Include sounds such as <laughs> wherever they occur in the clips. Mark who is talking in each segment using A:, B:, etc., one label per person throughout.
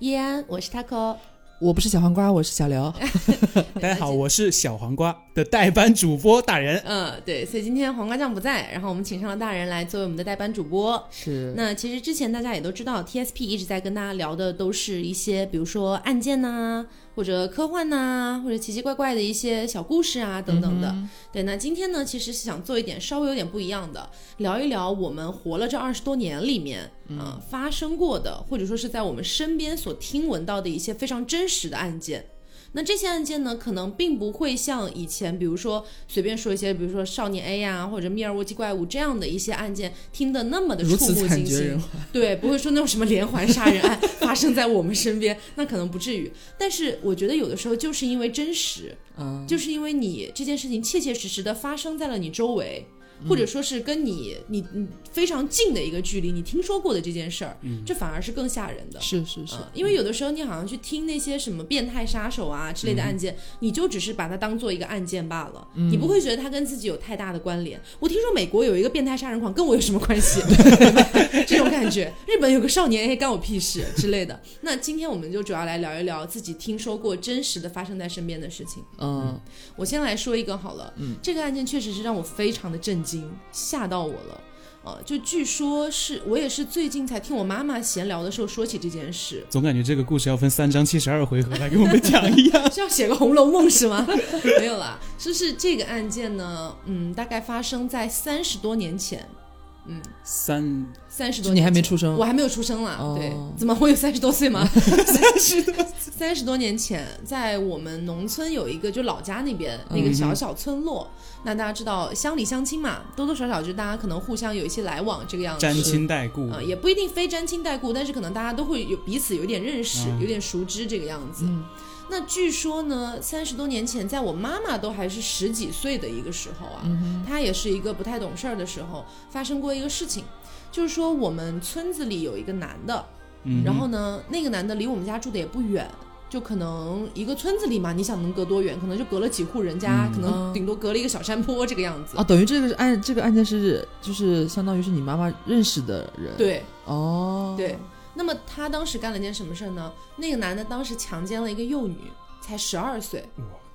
A: 叶安，我是 Taco。
B: 我不是小黄瓜，我是
A: <laughs>
B: 小刘。
C: 大家好，我是小黄瓜的代班主播大人。
A: 嗯，对，所以今天黄瓜酱不在，然后我们请上了大人来作为我们的代班主播。
B: 是，
A: 那其实之前大家也都知道，TSP 一直在跟大家聊的都是一些，比如说案件呐、或者科幻呐、或者奇奇怪怪的一些小故事啊等等的。
C: 嗯
B: 嗯
A: 对，那今天呢，其实是想做一点稍微有点不一样的，聊一聊我们活了这二十多年里面，嗯、发生过的，或者说是在我们身边所听闻到的一些非常真实的案件。那这些案件呢，可能并不会像以前，比如说随便说一些，比如说《少年 A》呀，或者《密尔沃基怪物》这样的一些案件，听得那么的
B: 如
A: 触
B: 此
A: 目
B: 惨
A: 惊
B: 绝
A: 心
B: 人。寰。
A: 对，不会说那种什么连环杀人案 <laughs> 发生在我们身边，那可能不至于。但是我觉得有的时候就是因为真实，
B: 嗯，
A: 就是因为你这件事情切切实实的发生在了你周围，
B: 嗯
A: 或者说是跟你你你非常近的一个距离，你听说过的这件事儿，这反而是更吓人的。
B: 嗯是是是，
A: 嗯因为有的时候你好像去听那些什么变态杀手啊之类的案
B: 嗯
A: 件，你就只是把它当做一个案件罢了，你不会觉得它跟自己有太大的关联。我听说美国有一个变态杀人啊狂，跟我有什么关
B: <laughs>
A: 系？这种感觉，日本有个少年 A 干我屁事之类的。那今天我们就主要来聊一聊自己听说过真实的发生在身边的事情。
B: 嗯
A: 我先来说一个好了，
B: 嗯
A: 这个案件确实是让我非常的震惊，吓到我了。呃，就据说是我也是最近才听我妈妈闲聊的时候说起这件事，
C: 总感觉这个故事要分三章七十二回合来给我们讲一
A: <laughs>
C: 样。
A: 是要写个《红楼梦》是吗？没有啦，就是这个案件呢，嗯，大概发生在三十多年前，嗯，
C: 三
A: 三十多
B: 就你
A: 年
B: 还
A: 前
B: 没出生
A: 我还没有出生啦，
B: 哦
A: 对，怎么我有三十多岁
B: <laughs>
A: 吗？三十多，三十多年前，在我们农村有一个就老家那边那
B: 嗯
A: 个小小村落，那大家知道乡里乡亲嘛，多多少少就大家可能互相有一些来往这个样子，
C: 沾亲带故
B: 嗯
A: 啊、，也不一定非沾亲带故，但是可能大家都会有彼此有点认识，
B: 嗯
A: 有点熟知这个样子。那据说呢，三十多年前，在我妈妈都还是十几岁的一个时候啊，
B: 嗯
A: 她也是一个不太懂事儿的时候，发生过一个事情，就是说我们村子里有一个男的，
C: 嗯
A: 呃然后呢，那个男的离我们家住的也不远。就可能一个村子里嘛，你想能隔多远？可能就隔了几户人家，可能
B: 嗯
A: 顶多隔了一个小山坡这个样子。
B: 哦，等于这个案这个案件是就是相当于是你妈妈认识的人。，
A: 对，
B: 哦，
A: 对，那么他当时干了件什么事儿呢？那个男的当时强奸了一个幼女，才十二岁，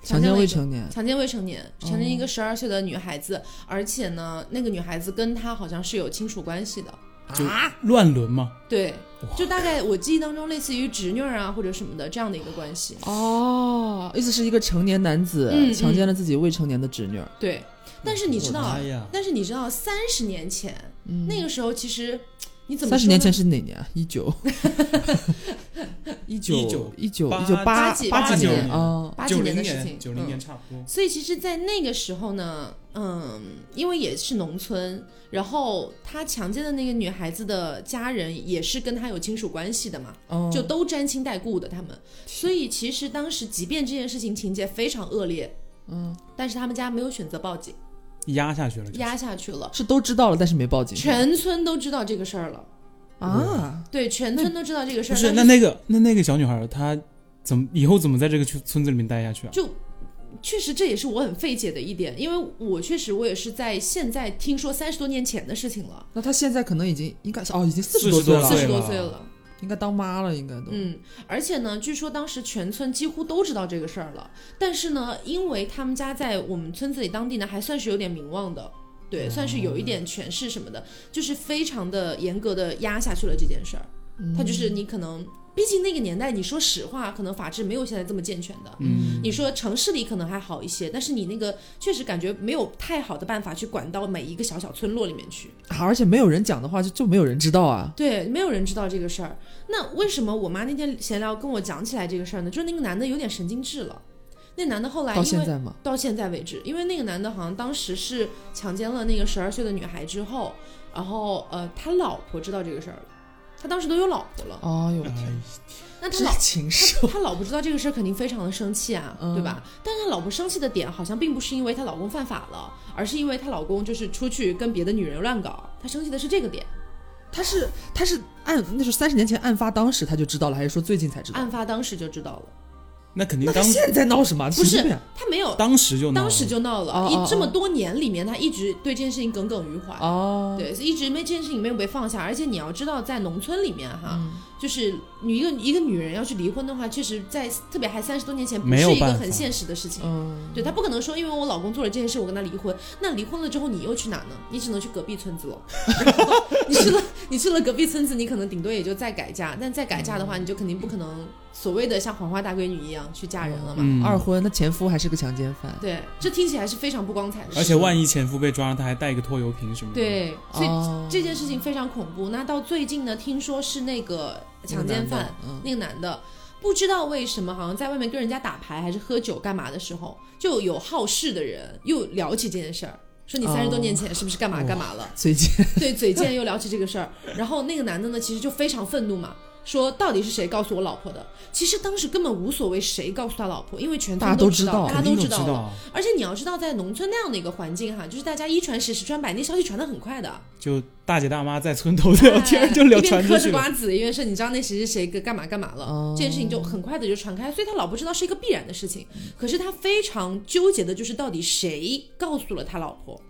B: 强
A: 了
B: 奸
A: 一
B: 未
A: 个
B: 成哦年。
A: 强奸未成年，强奸一个十二岁的女孩子，而且呢，那个女孩子跟他好像是有亲属关系的。
C: 就
A: 啊
C: 乱伦嘛，
A: 对，
C: 哇
A: 就大概我记忆当中，类似于侄女儿啊或者什么的这样的一个关系。
B: 哦，意思是一个成年男子
A: 嗯嗯
B: 强奸了自己未成年的侄女儿。
A: 对，但是你知道啊
C: 我的妈哎呀，
A: 但是你知道，啊三十年前那个时候，其实你怎么
B: 嗯三十
A: 说
B: 年
A: 呢
B: 前是哪年啊？一
A: <laughs>
B: 九一
C: 19
B: 一九
C: 八
B: 一九八
A: 八几八九
B: 八几年
C: 年
B: 啊？
A: 八几
C: 九
A: 年
C: 零
A: 的事情，
C: 年九零
A: 嗯
C: 年差不多。
A: 所以其实，在那个时候呢，嗯，因为也是农村，然后他强奸的那个女孩子的家人也是跟他有亲属关系的嘛，
C: 嗯
B: 哦
A: 就都沾亲带故的他们。所以其实当时，即便这件事情情节非常恶劣，
B: 嗯，
A: 但是他们家没有选择报警，
C: 压下去了，就是
A: 压下去了，
B: 是都知道了，但是没报
C: 嗯
B: 警。
A: 全村都知道这个事儿了。
B: 啊，
A: 对，全村都知道这个事
C: 嗯不
A: 儿。
C: 是
A: 但
C: 那那个那那个小女孩她怎么以后怎么在这个村村子里面待下去啊？
A: 就确实这也是我很费解的一点，因为我确实我也是在现在听说三十多年前的事情了，
B: 那他现在可能已经应该是哦，已经四十
C: 40
B: 多岁
C: 多
B: 了，
A: 四
C: 岁
A: 十多
C: 了
A: 岁了。
B: 应该当妈了，应该都。
A: 嗯，而且呢，据说当时全村几乎都知道这个事儿了。但是呢，因为他们家在我们村子里当地呢，还算是有点名望的，对，算是有一点权势什么的，就是非常的严格的压下去了这件事儿。他就是你可能，毕竟那个年代，你说实话，可能法制没有现在这么健全的。
C: 嗯，
A: 你说城市里可能还好一些，但是你那个确实感觉没有太好的办法去管到每一个小小村落里面去。
B: 啊而且没有人讲的话，就就没有人知道啊。
A: 对，没有人知道这个事儿。那为什么我妈那天闲聊跟我讲起来这个事儿呢？就是那个男的有点神经质了。那男的后来因
B: 到
A: 为
B: 现在嘛，
A: 到现在为止，因为那个男的好像当时是强奸了那个十二岁的女孩之后，然后呃，他老婆知道这个事儿了，他当时都有老婆了。
B: 哎呦，
C: 哎
A: 那他
B: 知 <laughs>
A: 老
B: 情深。
A: 他他老婆知道这个事儿，肯定非常的生气啊，
B: 嗯
A: 对吧？但是他老婆生气的点好像并不是因为她老公犯法了，而是因为她老公就是出去跟别的女人乱搞，她生气的是这个点。
B: 他是他
A: 啊
B: 是案那是三十年前案发当时他就知道了，还是说最近才知道？
A: 案发当时就知道了。
C: 那肯定
B: 那他
C: 当时
B: 现在在闹什么？
A: 不是
B: 神经病
A: 他没有
C: 当时就闹了
A: 当时就闹
B: 哦
A: 了，
B: 哦
A: 一
B: 哦
A: 这么多年里面，他一直对这件事情耿耿于怀。
B: 哦，
A: 对，所以一直没这件事情没有被放下，而且你要知道，在农村里面
C: 嗯
A: 哈，
B: 嗯
A: 就是你一个一个女人要去离婚的话，确实在特别还三十多年前，不
C: 没
A: 是
C: 有
A: 一个
C: 办法
A: 很现实的事情。
B: 嗯，
A: 对她不可能说，因为我老公做了这件事，我跟他离婚。那离婚了之后，你又去哪呢？你只能去隔壁村
C: <laughs>
A: 子了。然后你去了，你去了隔壁村子，你可能顶多也就再改嫁，但再改嫁
C: 嗯
A: 的话，你就肯定不可能所谓的像黄花大闺女一样去嫁人了嘛。
C: 嗯
B: 二婚，他前夫还是个强奸犯，
A: 对，这听起来是非常不光彩的事。
C: 而且万一前夫被抓了，他还带一个拖油瓶什么的。，
A: 对，所以
B: 哦
A: 这件事情非常恐怖。那到最近呢，听说是那个强奸犯，
B: 那个男的嗯
A: 那个男的，不知道为什么，好像在外面跟人家打牌还是喝酒干嘛的时候，就有好事的人又聊起这件事儿。说你
B: 哦
A: 三十多年前是不是干嘛干嘛了？
B: 最近
A: 对，嘴贱又聊起这个事儿，然后那个男的呢，其实就非常愤怒嘛，说到底是谁告诉我老婆的？其实当时根本无所谓谁告诉他老婆，因为全
B: 大家
A: 村
B: 都
A: 知
B: 知道
A: 大家
C: 肯定
A: 都
C: 都
A: 知
C: 知
A: 道了。
C: 道，啊
A: 而且你要知道，在农村那样的一个环境哈，就是大家一传十，十传百，那消息传的很快的。
C: 就大姐大妈在村头聊
A: 哎
C: 天就聊传
A: 一边
C: 出
A: 嗑着
C: 去了。嗯
A: 瓜子，一边说你知道那谁谁谁个干嘛干嘛了，
B: 哦
A: 这件事情就很快的就传开，所以他老婆知道是一个必然的事情，可是他非常纠结的就是到底谁告诉了他老婆？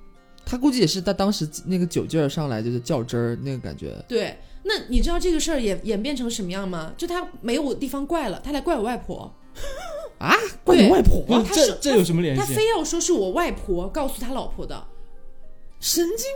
B: 他估计也是他当时那个酒劲儿上来就是较真儿那个感觉，
A: 对，那你知道这个事儿演演变成什么样吗？就他没有地方怪了，他来怪我外婆，
B: 怪你
A: 对
B: 外婆
C: 不
B: 啊，
A: 哦
C: 是
A: 他
C: 这
A: 是
C: 这有什么联
A: 他
C: 系？
A: 非要说是我外婆告诉他老婆的，
B: 神经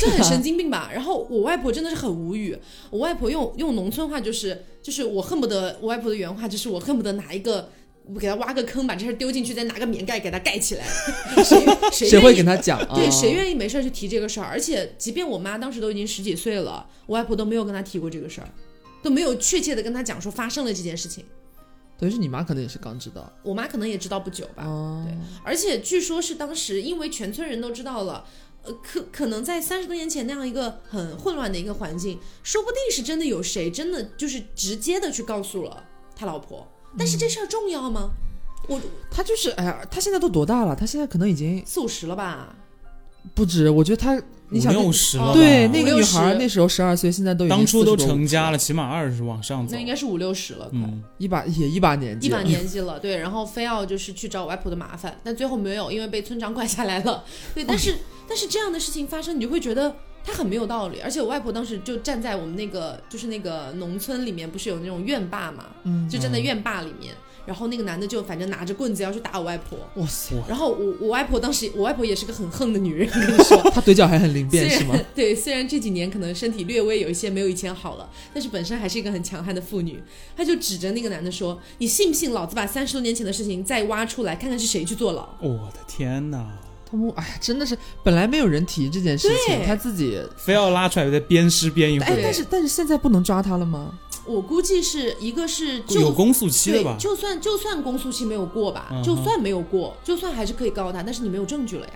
A: 这很
B: <laughs>
A: 神经病吧？然后我外婆真的是很无语，我外婆用用农村话就是就是我恨不得我外婆的原话就是我恨不得拿一个。给他挖个坑，把这事儿丢进去，再拿个棉盖给他盖起来。
B: <laughs>
A: 谁谁
B: 谁
A: 愿
B: 会
A: 意
B: 跟他讲？啊？
A: 对，谁愿意没事儿去提这个事儿？而且，即便我妈当时都已经十几岁了，我外婆都没有跟她提过这个事儿，都没有确切的跟她讲说发生了这件事情。
B: 等于是你妈可能也是刚知道
A: 我妈可能也知道不久吧。
B: 哦
A: 对而且据说是当时因为全村人都知道了，呃，可可能在三十多年前那样一个很混乱的一个环境，说不定是真的有谁真的就是直接的去告诉了他老婆。但是这事儿重要吗？我
B: 他就是哎呀，他现在都多大了？他现在可能已经
A: 四五十了吧，
B: 不止，我觉得他你
C: 五
B: 想
C: 六十
A: 哦
C: 了吧，
B: 对
A: 五
B: 那个
A: 六
B: 女
A: 十
B: 孩那时候十二岁，现在都已经
C: 当初都成
B: 40
C: 家了，起码二十往上走。
A: 那应该是五六十了，快
C: 嗯，
B: 一把也一把年纪
A: 一把
B: 了，
A: 年纪了，对，然后非要就是去找我外婆的麻烦，但最后没有，因为被村长拐下来了。对，但
B: 哦
A: 是、但是这样的事情发生，你就会觉得他很没有道理。而且我外婆当时就站在我们那个就是那个农村里面，不是有那种院坝嘛，
B: 嗯
A: 就站在院坝里面，然后那个男的就反正拿着棍子要去打我外婆。
B: 哇塞，
A: 然后我我外婆当时，我外婆也是个很横的女人，跟你说，
B: 他腿脚还很灵
A: 虽
B: 便是吗？ <laughs>
A: 然对，虽然这几年可能身体略微有一些没有以前好了，但是本身还是一个很强悍的妇女。她就指着那个男的说：“你信不信老子把三十多年前的事情再挖出来，看看是谁去坐牢
C: 我的天哪，
B: 他们哎呀，真的是本来没有人提这件事情，
A: 对
B: 他自己
C: 非要拉出来再鞭尸鞭一
B: 哎，
C: 回，
B: 但是但是现在不能抓他了吗？？”
A: 我估计是一个是
C: 有
A: 就
C: 公诉期的
A: 对
C: 吧，？
A: 就算就算公诉期没有过吧，
C: 嗯哼
A: 就算没有过，就算还是可以告他，但是你没有证据了呀。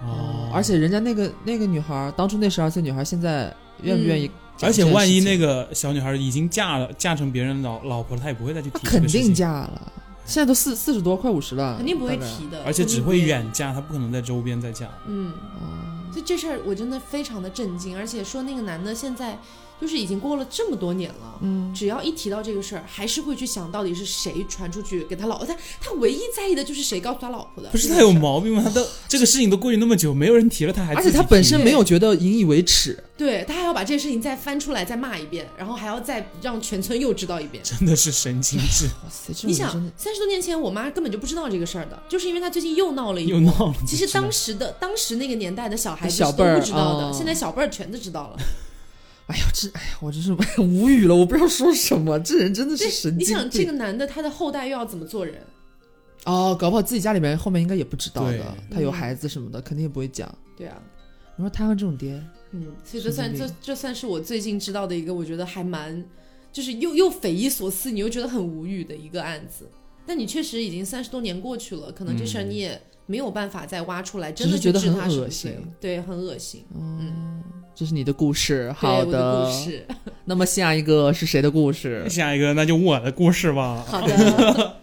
C: 哦，
B: 而且人家那个那个女孩儿，当初那十二岁女孩儿，现在愿不愿
A: 嗯
B: 意讲这件
C: 而
B: 事情？
C: 且万一那个小女孩已经嫁了，嫁成别人老老婆了，她也不会再去
B: 她
C: 提这
B: 肯
C: 个事
B: 定
C: 情，
B: 嫁了，现在都四四十多，快五十了，
A: 肯定不会
B: 大概
A: 提的，
C: 嗯而且
A: 肯定
C: 只
A: 不
C: 会。远嫁，她不可能在周边再嫁。
A: 嗯，
B: 哦，
A: 所以这事儿我真的非常的震惊，而且说那个男的现在就是已经过了这么多年了，
B: 嗯，
A: 只要一提到这个事儿，还是会去想到底是谁传出去给他老婆。他他唯一在意的就是谁告诉他老婆的。
C: 不是
A: 这
C: 她
A: 个
C: 有
A: 事儿
C: 毛病吗？她都这个事情都过去那么久，没有人提了，她还
B: 而且
C: 自己
B: 她本
C: 提
B: 身没有觉得引以为耻，
A: 对他还要把这事情再翻出来再骂一遍，然后还要再让全村又知道一遍。
C: 真的是神经质，
B: 哇塞，这
A: 你
B: 种
A: 想
B: 人真的，
A: 三十多年前我妈根本就不知道这个事儿的，就是因为她最近又闹了一
C: 又
A: 波。
C: 闹了。
A: 其实当时的当时那个年代的小孩子
B: 小
A: 是都
B: 辈儿
A: 不知道的，
B: 哦
A: 现在小辈儿全都知道了。
B: 哎呀，这哎呀，我真是 <laughs> 无语了，我不知道说什么，这人真的 <laughs> 是神
A: 你
B: 经病。
A: 想这个男的他的后代又要怎么做人？
B: 哦，搞不好自己家里面后面应该也不知道
C: 对
B: 的，他有
A: 嗯
B: 孩子什么的，肯定也不会讲。
A: 对啊，
B: 你说他和这种爹，
A: 嗯，所以这
B: 神
A: 算
B: 经
A: 这
B: 病
A: 这算是我最近知道的一个，我觉得还蛮，就是又又匪夷所思，你又觉得很无语的一个案子。但你确实已经三十多年过去了，可能这事儿你也没有办法再挖出来，真的
B: 嗯只是觉得
A: 去治他
B: 很
A: 什么
B: 恶心
A: 罪了，对，很恶心。
B: 嗯，这是你的故事，好
A: 对我
B: 的
A: 的故
B: <laughs>
A: 事，嗯
B: 那么下一个是谁的故事？
C: 下一个那就我的故事吧。
A: 好
B: <laughs>
A: 的，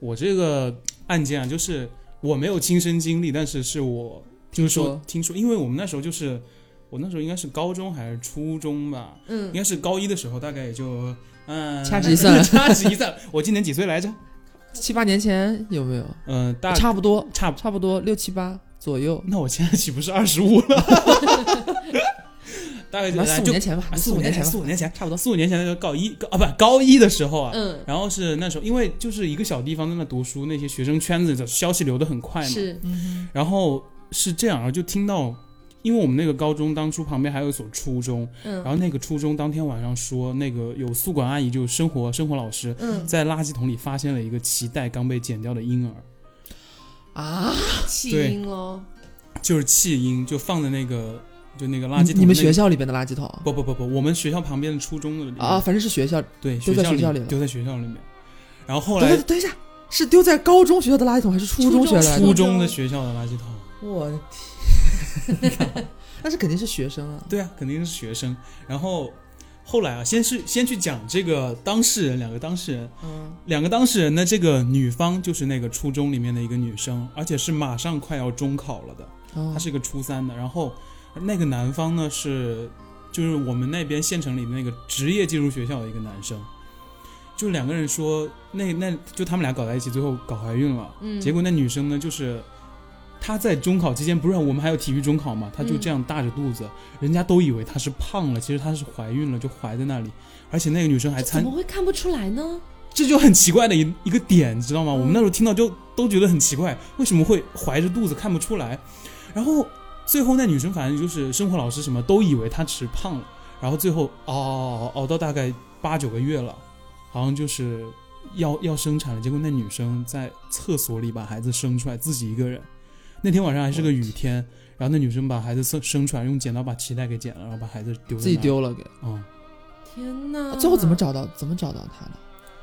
C: 我这个案件啊，就是我没有亲身经历，但是是我就是说听说，因为我们那时候就是我那时候应该是高中还是初中吧，
A: 嗯
C: 应，该是高一的时候，大概也就嗯， <laughs>
B: 掐指一算
C: 掐指一算，我今年几岁来着？
B: 七八年前有没有？
C: 嗯、大
B: 差不多，
C: 差不，
B: 差不多六七八左右，
C: 那我现在岂不是二十五了？ <laughs> 大概就
B: 那四五
C: 就
B: 年前吧，
C: 啊
B: 四
C: 四
B: 五
C: 五年
B: 前
C: 前，
B: 吧
C: 四，五年前，
B: 差不多。
C: 四五年前那时候高一高啊不高一的时候啊，
A: 嗯，
C: 然后是那时候因为就是一个小地方在那读书，那些学生圈子的消息流得很快嘛，
A: 是，
B: 嗯
C: 然后是这样，然后就听到，因为我们那个高中当初旁边还有一所初中，然
A: 嗯
C: 后那个初中当天晚上说，那个有宿管阿姨就是生活生活老师
A: 嗯，
C: 在垃圾桶里发现了一个脐带刚被剪掉的婴儿，
B: 哼啊，
A: 弃
C: 对
A: 婴喽，
C: 就是弃婴，就放在那个就那个垃圾
B: 啊
C: 桶、
B: 你你们学？校里边的垃圾桶
C: 不不不不，我们学校旁边的初中的里
B: 啊，，反正是学校。
C: 对，
B: 丢在学校里了
C: 丢在学校里面。然后后
B: 等
C: 来
B: 等等一下，是丢在高中学校的垃圾桶还是初中学校的垃圾
C: 初
B: 桶？
C: 中的学校的垃圾桶，
B: 我的天， <laughs> 那是肯定是学生啊。
C: 对啊，肯定是学生。然后后来啊，先是先去讲这个当事人，两个当事人，
B: 嗯，
C: 两个当事人的这个女方就是那个初中里面的一个女生，而且是马上快要中考了的，她
B: 哦，
C: 是一个初三的。然后那个男方呢是，就是我们那边县城里的那个职业技术学校的一个男生，就两个人说那那就他们俩搞在一起，最后搞怀孕了。
A: 嗯，
C: 结果那女生呢就是。她在中考期间，不是我们还有体育中考嘛？她
A: 嗯
C: 就这样大着肚子，人家都以为她是胖了，其实她是怀孕了，就怀在那里。而且那个女生还
A: 这怎
C: 参
A: 么会看不出来呢？
C: 这就很奇怪的一一个点，你知道吗？
A: 嗯
C: 我们那时候听到就都觉得很奇怪，为什么会怀着肚子看不出来？然后最后那女生反正就是生活老师什么都以为她只是胖了，然后最后熬熬熬熬到大概八九个月了，好像就是要要生产了，结果那女生在厕所里把孩子生出来，自己一个人。那天晚上还是个雨天，然后那女生把孩子生生出来，用剪刀把脐带给剪了，然后把孩子丢在
B: 自己
C: 那儿
B: 丢了给。
C: 嗯。
A: 天哪！
B: 啊最后怎么？找到怎么找到他的？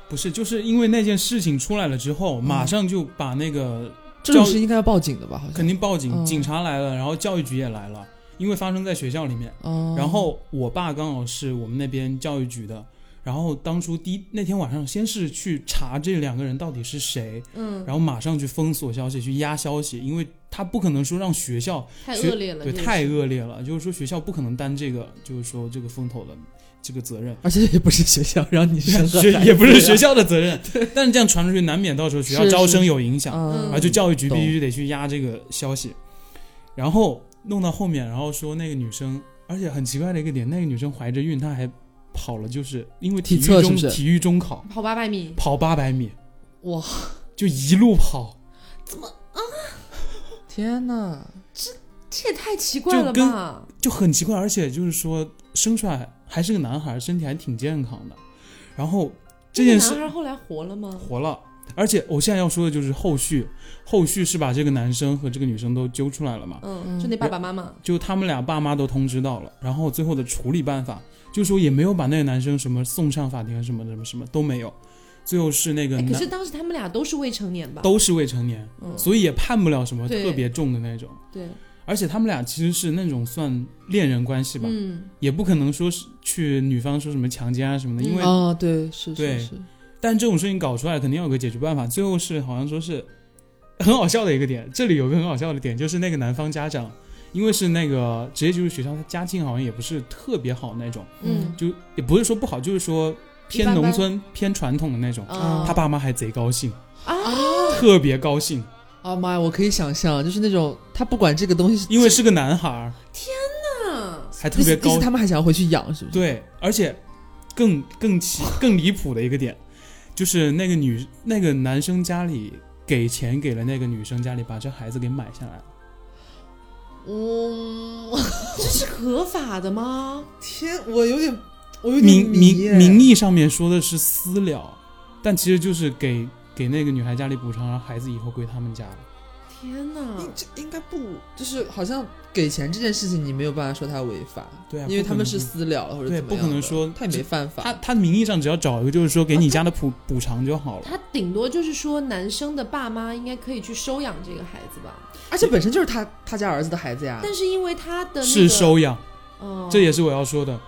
C: 不是，就是因为那件事情出来了之后，马上就把那个
B: 这种
C: 教
B: 是应该要报警的吧？好像
C: 肯定报警，
B: 嗯
C: 警察来了，然后教育局也来了，因为发生在学校里面。
B: 哦。
C: 然后我爸刚好是我们那边教育局的，然后当初第一那天晚上先是去查这两个人到底是谁，
A: 嗯，
C: 然后马上去封锁消息，去压消息，因为他不可能说让学校
A: 太
C: 学
A: 恶劣了，
C: 对
A: 这个
C: 太
A: 事
C: 恶劣了，就是说学校不可能担这个就是说这个风头的这个责任。
B: 而且也不是学校让你生的
C: 学
B: 孩子
C: <laughs> 也不是
B: 呀
C: 学，校的责任，但是这样传出去，难免到时候学校
B: 是
C: 招
B: 是
C: 生有影响。
B: 嗯
C: 啊然后就教育局
B: 懂
C: 必须得去压这个消息，然后弄到后面，然后说那个女生，而且很奇怪的一个点，那个女生怀着孕，她还跑了，就是因为体育
B: 体测
C: 中
B: 是不是
C: 体育中考
A: 跑八百米，
C: 跑八百米，
B: 哇，
C: 就一路跑，
B: 天哪！
A: 这也太奇怪了
C: 跟
A: 吧？
C: 就很奇怪，而且就是说生出来还是个男孩，身体还挺健康的，然后这
A: 那
C: 件
A: 个
C: 事
A: 男孩后来活了吗？
C: 活了。而且我现在要说的就是后续，后续是把这个男生和这个女生都揪出来了嘛？
A: 嗯，就那爸爸妈妈，
C: 就他们俩爸妈都通知到了，然后最后的处理办法，就说也没有把那个男生什么送上法庭啊什么什么什么都没有，最后是那个
A: 哎，
C: 男、
A: 可是当时他们俩都是未成年吧？
C: 都是未成年，
A: 嗯，
C: 所以也判不了什么
A: 对
C: 特别重的那种，
A: 对，
C: 而且他们俩其实是那种算恋人关系吧，
A: 嗯，
C: 也不可能说是去女方说什么强奸啊什么的，因为、
A: 嗯
B: 哦，对，是
C: 对
B: 是是，
C: 但这种事情搞出来肯定要有个解决办法，最后是好像说是很好笑的一个点，这里有个很好笑的点就是那个男方家长。因为是那个职业技术学校，他家境好像也不是特别好那种，
A: 嗯
C: 就也不是说不好，就是说偏
A: 一般般
C: 农村、偏传统的那种。
A: 啊
C: 嗯他爸妈还贼高兴，
A: 啊，
C: 特别高兴，
B: 啊妈呀，我可以想象，就是那种他不管这个东西是，
C: 因为是个男孩儿，
A: 啊
C: 还特别
B: 意思意
C: 高
B: 思。他们还想要回去养，是不是？
C: 对，而且更更奇、更离谱的一个点，就是那个女那个男生家里给钱给了那个女生家里，把这孩子给买下来了。
B: 嗯，
A: <laughs> 这是合法的吗？
B: 天，我有点，我有点
C: 名
B: 迷
C: 名
B: 耶
C: 名义上面说的是私了，但其实就是给给那个女孩家里补偿，然后孩子以后归他们家了。
A: 天
B: 应
A: 哪！
B: 这应该不，就是好像给钱这件事情，你没有办法说他违法，
C: 对啊
B: 因为
C: 不可
B: 他们
C: 能
B: 是私了或者
C: 对
B: 怎么样的
C: 不可能说
B: 他也没犯法，
C: 他他名义上只要找一个，就是说给你家的补补偿就好了。
A: 他顶多就是说，男生的爸妈应该可以去收养这个孩子吧，
B: 而且本身就是他他家儿子的孩子呀，
A: 但是因为他的那个
C: 是，收养，
A: 哦
C: 这也是我要说的，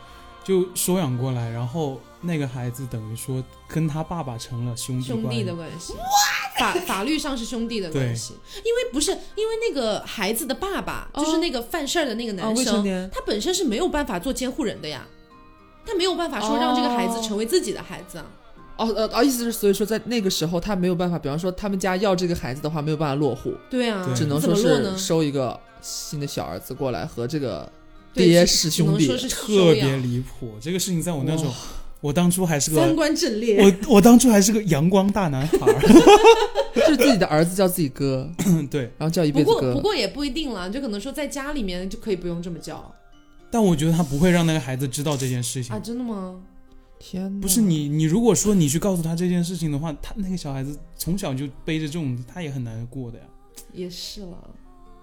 C: 就收养过来，然后那个孩子等于说跟他爸爸成了兄弟
A: 兄
C: 关
A: 弟
C: 系，
A: 的关系，法法律上是兄弟的
C: 对
A: 关系，因为不是因为那个孩子的爸爸，
B: 哦
A: 就是那个犯事儿的那个
B: 啊
A: 男
B: 未
A: 生
B: 成，年，
A: 他本身是没有办法做监护人的呀，他没有办法说让这个孩子成为自己的孩子啊。
B: 哦呃哦，意思是所以说在那个时候他没有办法，比方说他们家要这个孩子的话没有办法落户，
A: 对啊，
C: 对
B: 只能
A: 怎么
B: 说
A: 落呢
B: 是？收一个新的小儿子过来和这个
A: 对
B: 爹
A: 只
B: 是
A: 只
B: 兄
A: 能
B: 弟
A: 说是啊
C: 特
A: 收
C: 别
A: 养
C: 离谱。这个事情在我那时候
B: 哇，
C: 我当初还是个
A: 三观正裂。
C: 我我当初还是个阳光大男孩儿，
A: <laughs>
B: 就是自己的儿子叫自己哥，
C: 对。
B: 然后叫一
A: 不
B: 辈子
A: 过不
B: 哥。
A: 过也不一定啦，就可能说在家里面就可以不用这么叫
C: 但我觉得他不会让那个孩子知道这件事情
A: 啊？。真的吗？
B: 天哪，
C: 不是你，你如果说你去告诉他这件事情的话，他那个小孩子从小就背着这种，他也很难过的呀。
A: 也是了，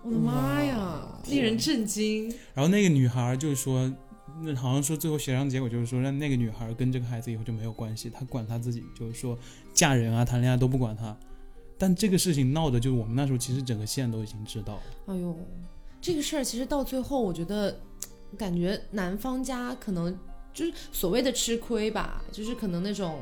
A: 我的妈呀，令人震惊！
C: 然后那个女孩儿就是说，那好像说最后协商结果就是说，让那个女孩儿跟这个孩子以后就没有关系，她管她自己，就是说嫁人啊、谈恋爱都不管她。但这个事情闹的，就是我们那时候其实整个县都已经知道了。
A: 哎呦，这个事儿其实到最后，我觉得感觉男方家可能就是所谓的吃亏吧，就是可能那种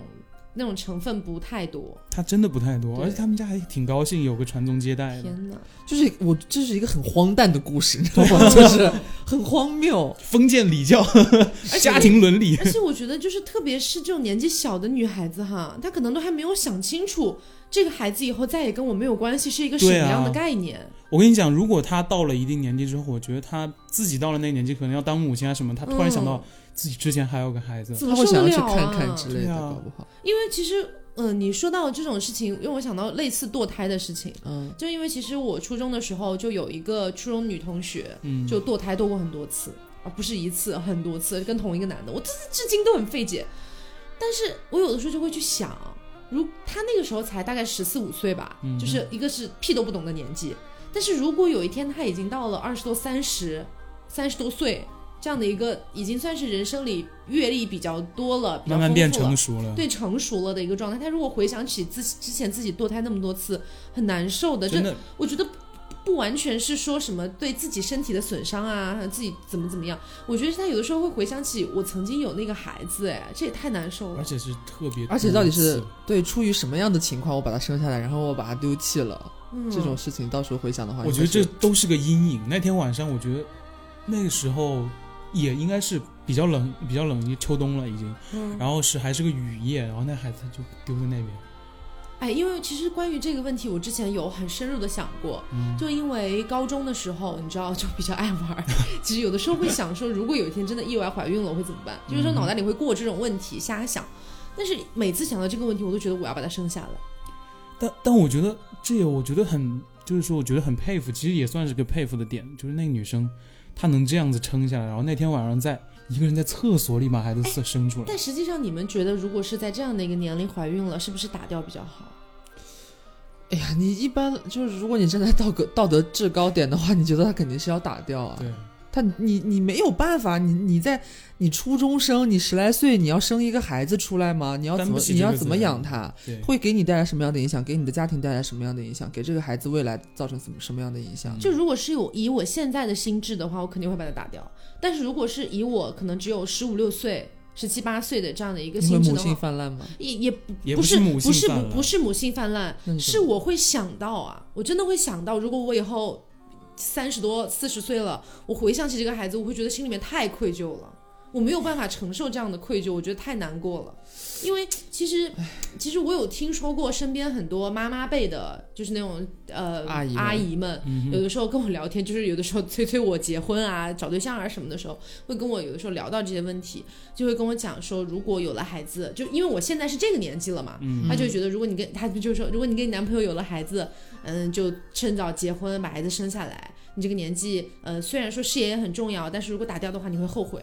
A: 那种成分不太多。
C: 他真的不太多，
A: 对
C: 而且他们家还挺高兴，有个传宗接代的，
A: 天哪， <laughs>
B: 就是我这是一个很荒诞的故事，你知道吗？
C: <laughs>
B: 就是很荒谬。
C: 封建
A: <laughs>
C: 礼教、 <laughs> 家庭伦理。
A: 而且我觉得，就是特别是这种年纪小的女孩子哈，她可能都还没有想清楚，这个孩子以后再也跟我没有关系是一个什么
C: 对啊
A: 样的概念。
C: 我跟你讲，如果他到了一定年纪之后，我觉得他自己到了那个年纪，可能要当母亲啊什么，他突然想
A: 嗯
C: 到自己之前还有个孩子，
A: 怎
B: 他
A: 么
B: 会
A: 受
B: 想
A: 得
B: 要
A: 了
B: 去
A: 啊？
B: 看看之类
C: 对
B: 的，
C: 啊
B: 搞不好。
A: 因为其实，嗯、你说到这种事情，让我想到类似堕胎的事情。
B: 嗯，
A: 就因为其实我初中的时候就有一个初中女同学，
C: 嗯，
A: 就堕胎堕过很多次啊，不是一次，很多次，跟同一个男的，我至至今都很费解。但是我有的时候就会去想，如她那个时候才大概十四五岁吧，
C: 嗯
A: 就是一个是屁都不懂的年纪。但是如果有一天她已经到了二十多、三十、三十多岁这样的一个，已经算是人生里阅历比较多了，比较
C: 慢慢变
A: 丰富了
C: 成熟了。
A: 对成熟了的一个状态。他如果回想起自己之前自己堕胎那么多次，很难受的。
C: 真
A: 这
C: 的，
A: 我觉得不不完全是说什么对自己身体的损伤啊，自己怎么怎么样。我觉得他有的时候会回想起我曾经有那个孩子，哎，这也太难受
C: 而
A: 了。
C: 且是特别多次，
B: 而且到底
C: 嗯
B: 是对出于什么样的情况我把他生下来，然后我把他丢弃了，
A: 嗯，
B: 这种事情到时候回想的话，
C: 我觉得这都是个阴影。那天晚上，我觉得那个时候也应该是比较冷，比较冷，秋冬了已经。
A: 嗯，
C: 然后是还是个雨夜，然后那孩子就丢在那边。
A: 哎，因为其实关于这个问题，我之前有很深入的想过。
C: 嗯，
A: 就因为高中的时候，你知道，就比较爱 <laughs> 玩儿。其实有的时候会想说，如果有一天真的意外怀孕了，我会怎么办？就是说脑袋里会过这种问题，瞎想。但是每次想到这个问题，我都觉得我要把它生下来。
C: 但但我觉得这也我觉得很，就是说我觉得很佩服，其实也算是个佩服的点，就是那个女生她能这样子撑下来，然后那天晚上在一个人在厕所里把孩子生生出来。
A: 但实际上，你们觉得如果是在这样的一个年龄怀孕了，是不是打掉比较好？
B: 哎呀，你一般就是如果你站在道德道德制高点的话，你觉得他肯定是要打掉啊。
C: 对，
B: 他你你没有办法，你你在你初中生，你十来岁，你要生一个孩子出来吗？你要怎
C: 担不
B: 么
C: 起
B: 你
C: 这个
B: 要怎么
C: 责任
B: 养他？
C: 对，
B: 会给你带来什么样的影响？给你的家庭带来什么样的影响？给这个孩子未来造成什么什么样的影响？
C: 嗯
A: 就如果是有以我现在的心智的话，我肯定会把它打掉。但是如果是以我可能只有十五六岁、十七八岁的这样的一个
B: 你会
A: 心智
B: 母
A: 的
B: 性
A: 话，
B: 泛滥吗？
A: 也也
C: 也
A: 不
C: 是母性
A: 不是
C: 泛
A: 不
C: 滥
A: 不是母性泛滥，
B: 那你怎么
A: 是我会想到啊，我真的会想到，如果我以后三十多、四十岁了，我回想起这个孩子，我会觉得心里面太愧疚了，我没有办法承受这样的愧疚，我觉得太难过了。因为其实，其实我有听说过身边很多妈妈辈的，就是那种呃
B: 阿姨们
A: 阿姨们，
C: 嗯哼
A: 有的时候跟我聊天，就是有的时候催催我结婚啊、找对象啊什么的时候，会跟我有的时候聊到这些问题，就会跟我讲说，如果有了孩子，就因为我现在是这个年纪了嘛，
C: 嗯
A: 他就觉得如果你跟他就是说，如果你跟你男朋友有了孩子，嗯，就趁早结婚，把孩子生下来。你这个年纪，呃，虽然说事业也很重要，但是如果打掉的话，你会后悔，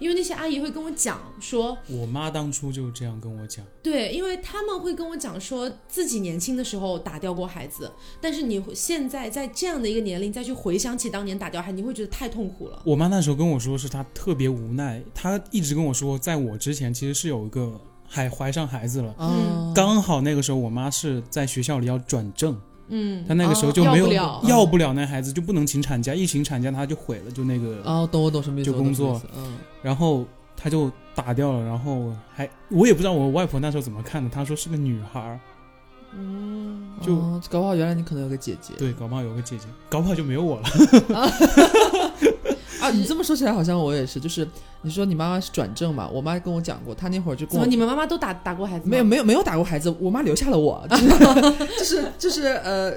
A: 因为那些阿姨会跟我讲说，
C: 我妈当初就这样跟我讲，
A: 对，因为他们会跟我讲说自己年轻的时候打掉过孩子，但是你会现在在这样的一个年龄再去回想起当年打掉孩子，你会觉得太痛苦了。
C: 我妈那时候跟我说是她特别无奈，她一直跟我说，在我之前其实是有一个还怀上孩子了。
B: 啊，
C: 刚好那个时候，我妈是在学校里要转正，
A: 嗯，
C: 她那个时候就没有、
A: 要不
B: 了
C: 要不了那孩子，就不能请产假，一请产假她就毁了，就那个，
B: 哦，懂我懂什么意思，
C: 就
B: 我懂什么
C: 工
B: 意思，嗯，
C: 然后她就打掉了，然后还我也不知道我外婆那时候怎么看的，她说是个女孩儿，
A: 嗯，
C: 就
B: 哦搞不好原来你可能有个姐姐，
C: 对，搞不好有个姐姐，搞不好就没有我了。
B: 啊，你这么说起来好像我也是，就是你说你妈妈是转正嘛，我妈跟我讲过，她那会儿就
A: 怎
B: 跟
A: 么
B: 我
A: 你们妈妈都打打过孩子吗？
B: 没有没有没有打过孩子，我妈留下了 <laughs> 我，就是就是就是呃，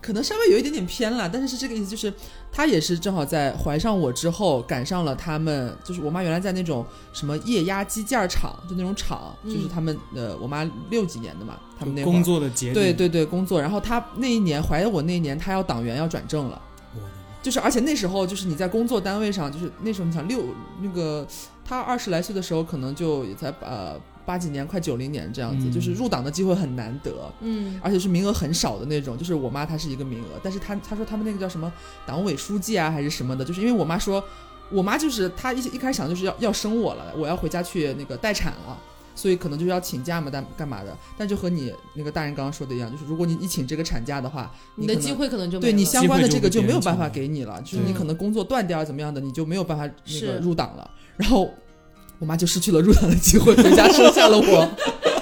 B: 可能稍微有一点点偏了，但是是这个意思，就是她也是正好在怀上我之后赶上了他们，就是我妈原来在那种什么液压机件厂，就那种厂，
A: 嗯
B: 就是他们呃，我妈六几年的嘛，他们那会儿
C: 工作的节点，
B: 对，对对工作，然后她那一年怀我那一年，她要党员要转正了。
C: 我的妈
B: 就是而且那时候就是你在工作单位上，就是那时候你想六那个他二十来岁的时候，可能就也才呃八几年快九零年这样子，
C: 嗯
B: 就是入党的机会很难得。
A: 嗯，
B: 而且是名额很少的那种，就是我妈她是一个名额，但是她她说他们那个叫什么党委书记啊还是什么的，就是因为我妈说，我妈就是她一一开始想就是要要生我了，我要回家去那个待产了，所以可能就是要请假嘛，但干嘛的？但就和你那个大人刚刚说的一样，就是如果你一请这个产假的话，
A: 你的
B: 可能
A: 机会可能就没
B: 对你
A: 了
B: 相关的
C: 机
B: 这
C: 会就
B: 个
C: 会
B: 就没有
C: 变
B: 办法
C: 少
B: 给你了，就是你
A: 嗯
B: 可能工作断掉啊怎么样的，你就没有办法那
A: 是
B: 个入党了。然后我妈就失去了入党的机会，回家生下了我。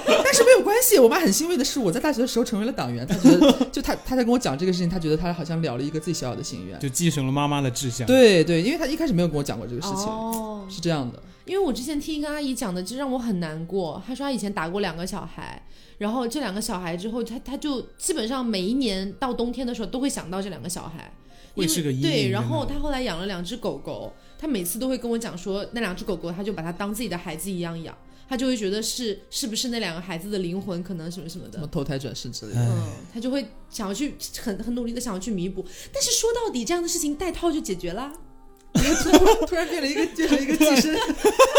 B: <laughs> 但是没有关系，我妈很欣慰的是，我在大学的时候成为了党员。她觉得，就她她在跟我讲这个事情，她觉得她好像了了一个自己小小的心愿。
C: 就继承了妈妈的志向。，
B: 对对，因为她一开始没有跟我讲过这个事情，
A: 哦，
B: 是这样的。
A: 因为我之前听一个阿姨讲的，就让我很难过。她说她以前打过两个小孩，然后这两个小孩之后，她她就基本上每一年到冬天的时候都会想到这两个小孩，
C: 会是个
A: 因
C: 阴
A: 为
C: 影
A: 对。
C: 在
A: 然后
C: 那
A: 她后来养了两只狗狗，她每次都会跟我讲说，那两只狗狗她就把它当自己的孩子一样养，她就会觉得是是不是那两个孩子的灵魂可能什么什么
B: 什么
A: 的。
B: 投胎转世之类的，
C: <laughs> 哎
A: 嗯，她就会想要去很很努力的想要去弥补，但是说到底这样的事情带套就解决啦， <laughs>
B: 突然变了一个变成一个寄生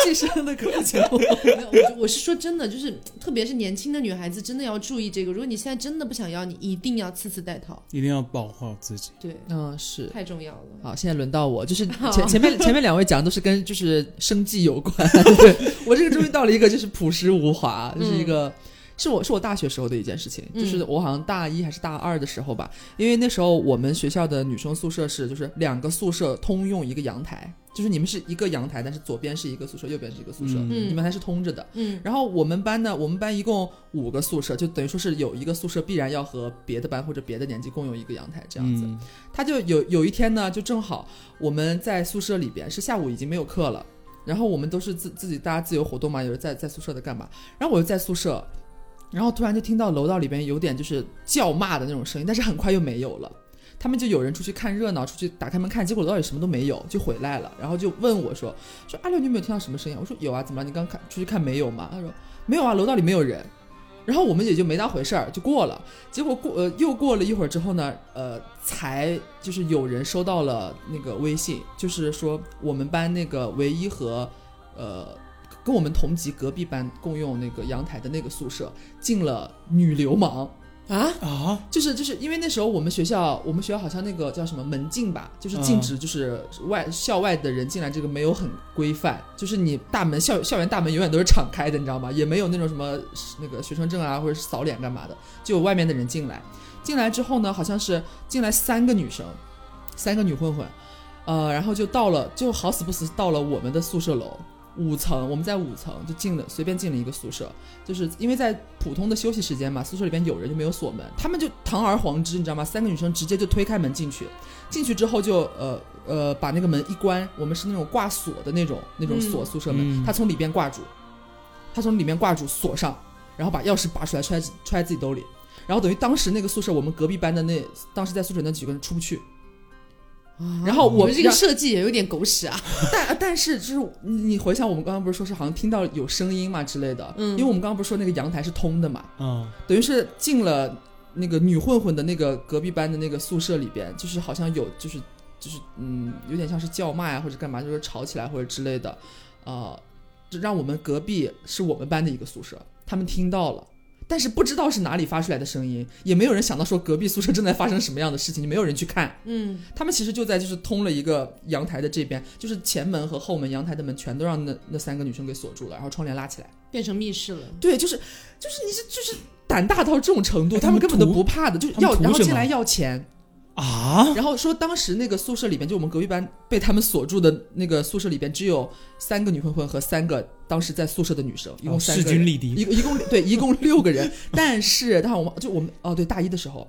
B: 寄生的歌节目。
A: 没有，我就我是说真的，就是特别是年轻的女孩子，真的要注意这个。如果你现在真的不想要，你一定要次次带套，
C: 一定要保护好自己。
A: 对，
B: 嗯，是。
A: 太重要了。
B: 好，现在轮到我，就是
A: 好
B: 前前面前面两位讲的都是跟就是生计有关， <laughs> 对我这个终于到了一个就是朴实无华，就是一个。是我是我大学时候的一件事情，
A: 嗯
B: 就是我好像大一还是大二的时候吧，因为那时候我们学校的女生宿舍是就是两个宿舍通用一个阳台，就是你们是一个阳台，但是左边是一个宿舍，右边是一个宿舍，
A: 嗯
B: 你们还是通着的。
A: 嗯
B: 然后我们班呢，我们班一共五个宿舍，就等于说是有一个宿舍必然要和别的班或者别的年级共用一个阳台这样子。
C: 嗯
B: 他就有有一天呢，就正好我们在宿舍里边是下午已经没有课了，然后我们都是自自己大家自由活动嘛，有人在在宿舍的干嘛，然后我就在宿舍，然后突然就听到楼道里边有点就是叫骂的那种声音，但是很快又没有了。他们就有人出去看热闹，出去打开门看，结果楼道里什么都没有，就回来了，然后就问我说：“说阿六，你有没有听到什么声音啊？”我说：“有啊，怎么了？你刚看出去看没有嘛？”他说：“没有啊，楼道里没有人。”然后我们也就没当回事儿，就过了。结果过呃又过了一会儿之后呢，呃，才就是有人收到了那个微信，就是说我们班那个唯一和呃跟我们同级隔壁班共用那个阳台的那个宿舍进了女流氓。
A: 啊，
C: 啊，
B: 就是就是因为那时候我们学校，我们学校好像那个叫什么门禁吧，就是禁止就是外、校外的人进来，这个没有很规范，就是你大门校校园大门永远都是敞开的，你知道吗？也没有那种什么那个学生证啊或者是扫脸干嘛的，就有外面的人进来。进来之后呢，好像是进来三个女生，三个女混混，呃，然后就到了，就好死不死到了我们的宿舍楼五层，我们在五层就进了，随便进了一个宿舍，就是因为在普通的休息时间嘛，宿舍里边有人就没有锁门，他们就堂而皇之，你知道吗？三个女生直接就推开门进去，进去之后就呃呃把那个门一关，我们是那种挂锁的那种那种锁
A: 嗯
B: 宿舍门，
C: 嗯
B: 他从里边挂住，他从里面挂住锁上，然后把钥匙拔出来揣揣自己兜里。然后等于当时那个宿舍，我们隔壁班的那当时在宿舍那几个人出不去，然后我
A: 们这个设计也有点狗屎啊。
B: 但呃但是就是你你回想我们刚刚不是说是好像听到有声音嘛之类的，
A: 嗯
B: 因为我们刚刚不是说那个阳台是通的嘛，
C: 嗯，
B: 等于是进了那个女混混的那个隔壁班的那个宿舍里边，就是好像有就是就是嗯，有点像是叫骂呀、或者干嘛，就是吵起来或者之类的，呃，就让我们隔壁是我们班的一个宿舍，他们听到了。但是不知道是哪里发出来的声音，也没有人想到说隔壁宿舍正在发生什么样的事情，没有人去看。
A: 嗯，
B: 他们其实就在就是通了一个阳台的这边，就是前门和后门阳台的门全都让那那三个女生给锁住了，然后窗帘拉起来。
A: 变成密室了。
B: 对，就是就是你是就是胆大到这种程度，
C: 哎
B: 他们根本都
C: 他们
B: 不
C: 图
B: 怕的，就是
C: 他们
B: 要
C: 图
B: 然后
C: 什
B: 进
C: 么
B: 来要钱，
C: 啊，
B: 然后说当时那个宿舍里边，就我们隔壁班被他们锁住的那个宿舍里边，只有三个女混混和三个当时在宿舍的女生，一
C: 哦
B: 共三
C: 势
B: 个人
C: 均力敌
B: 一个一共对，一共六个人。但是，但我们就我们哦，对，大一的时候，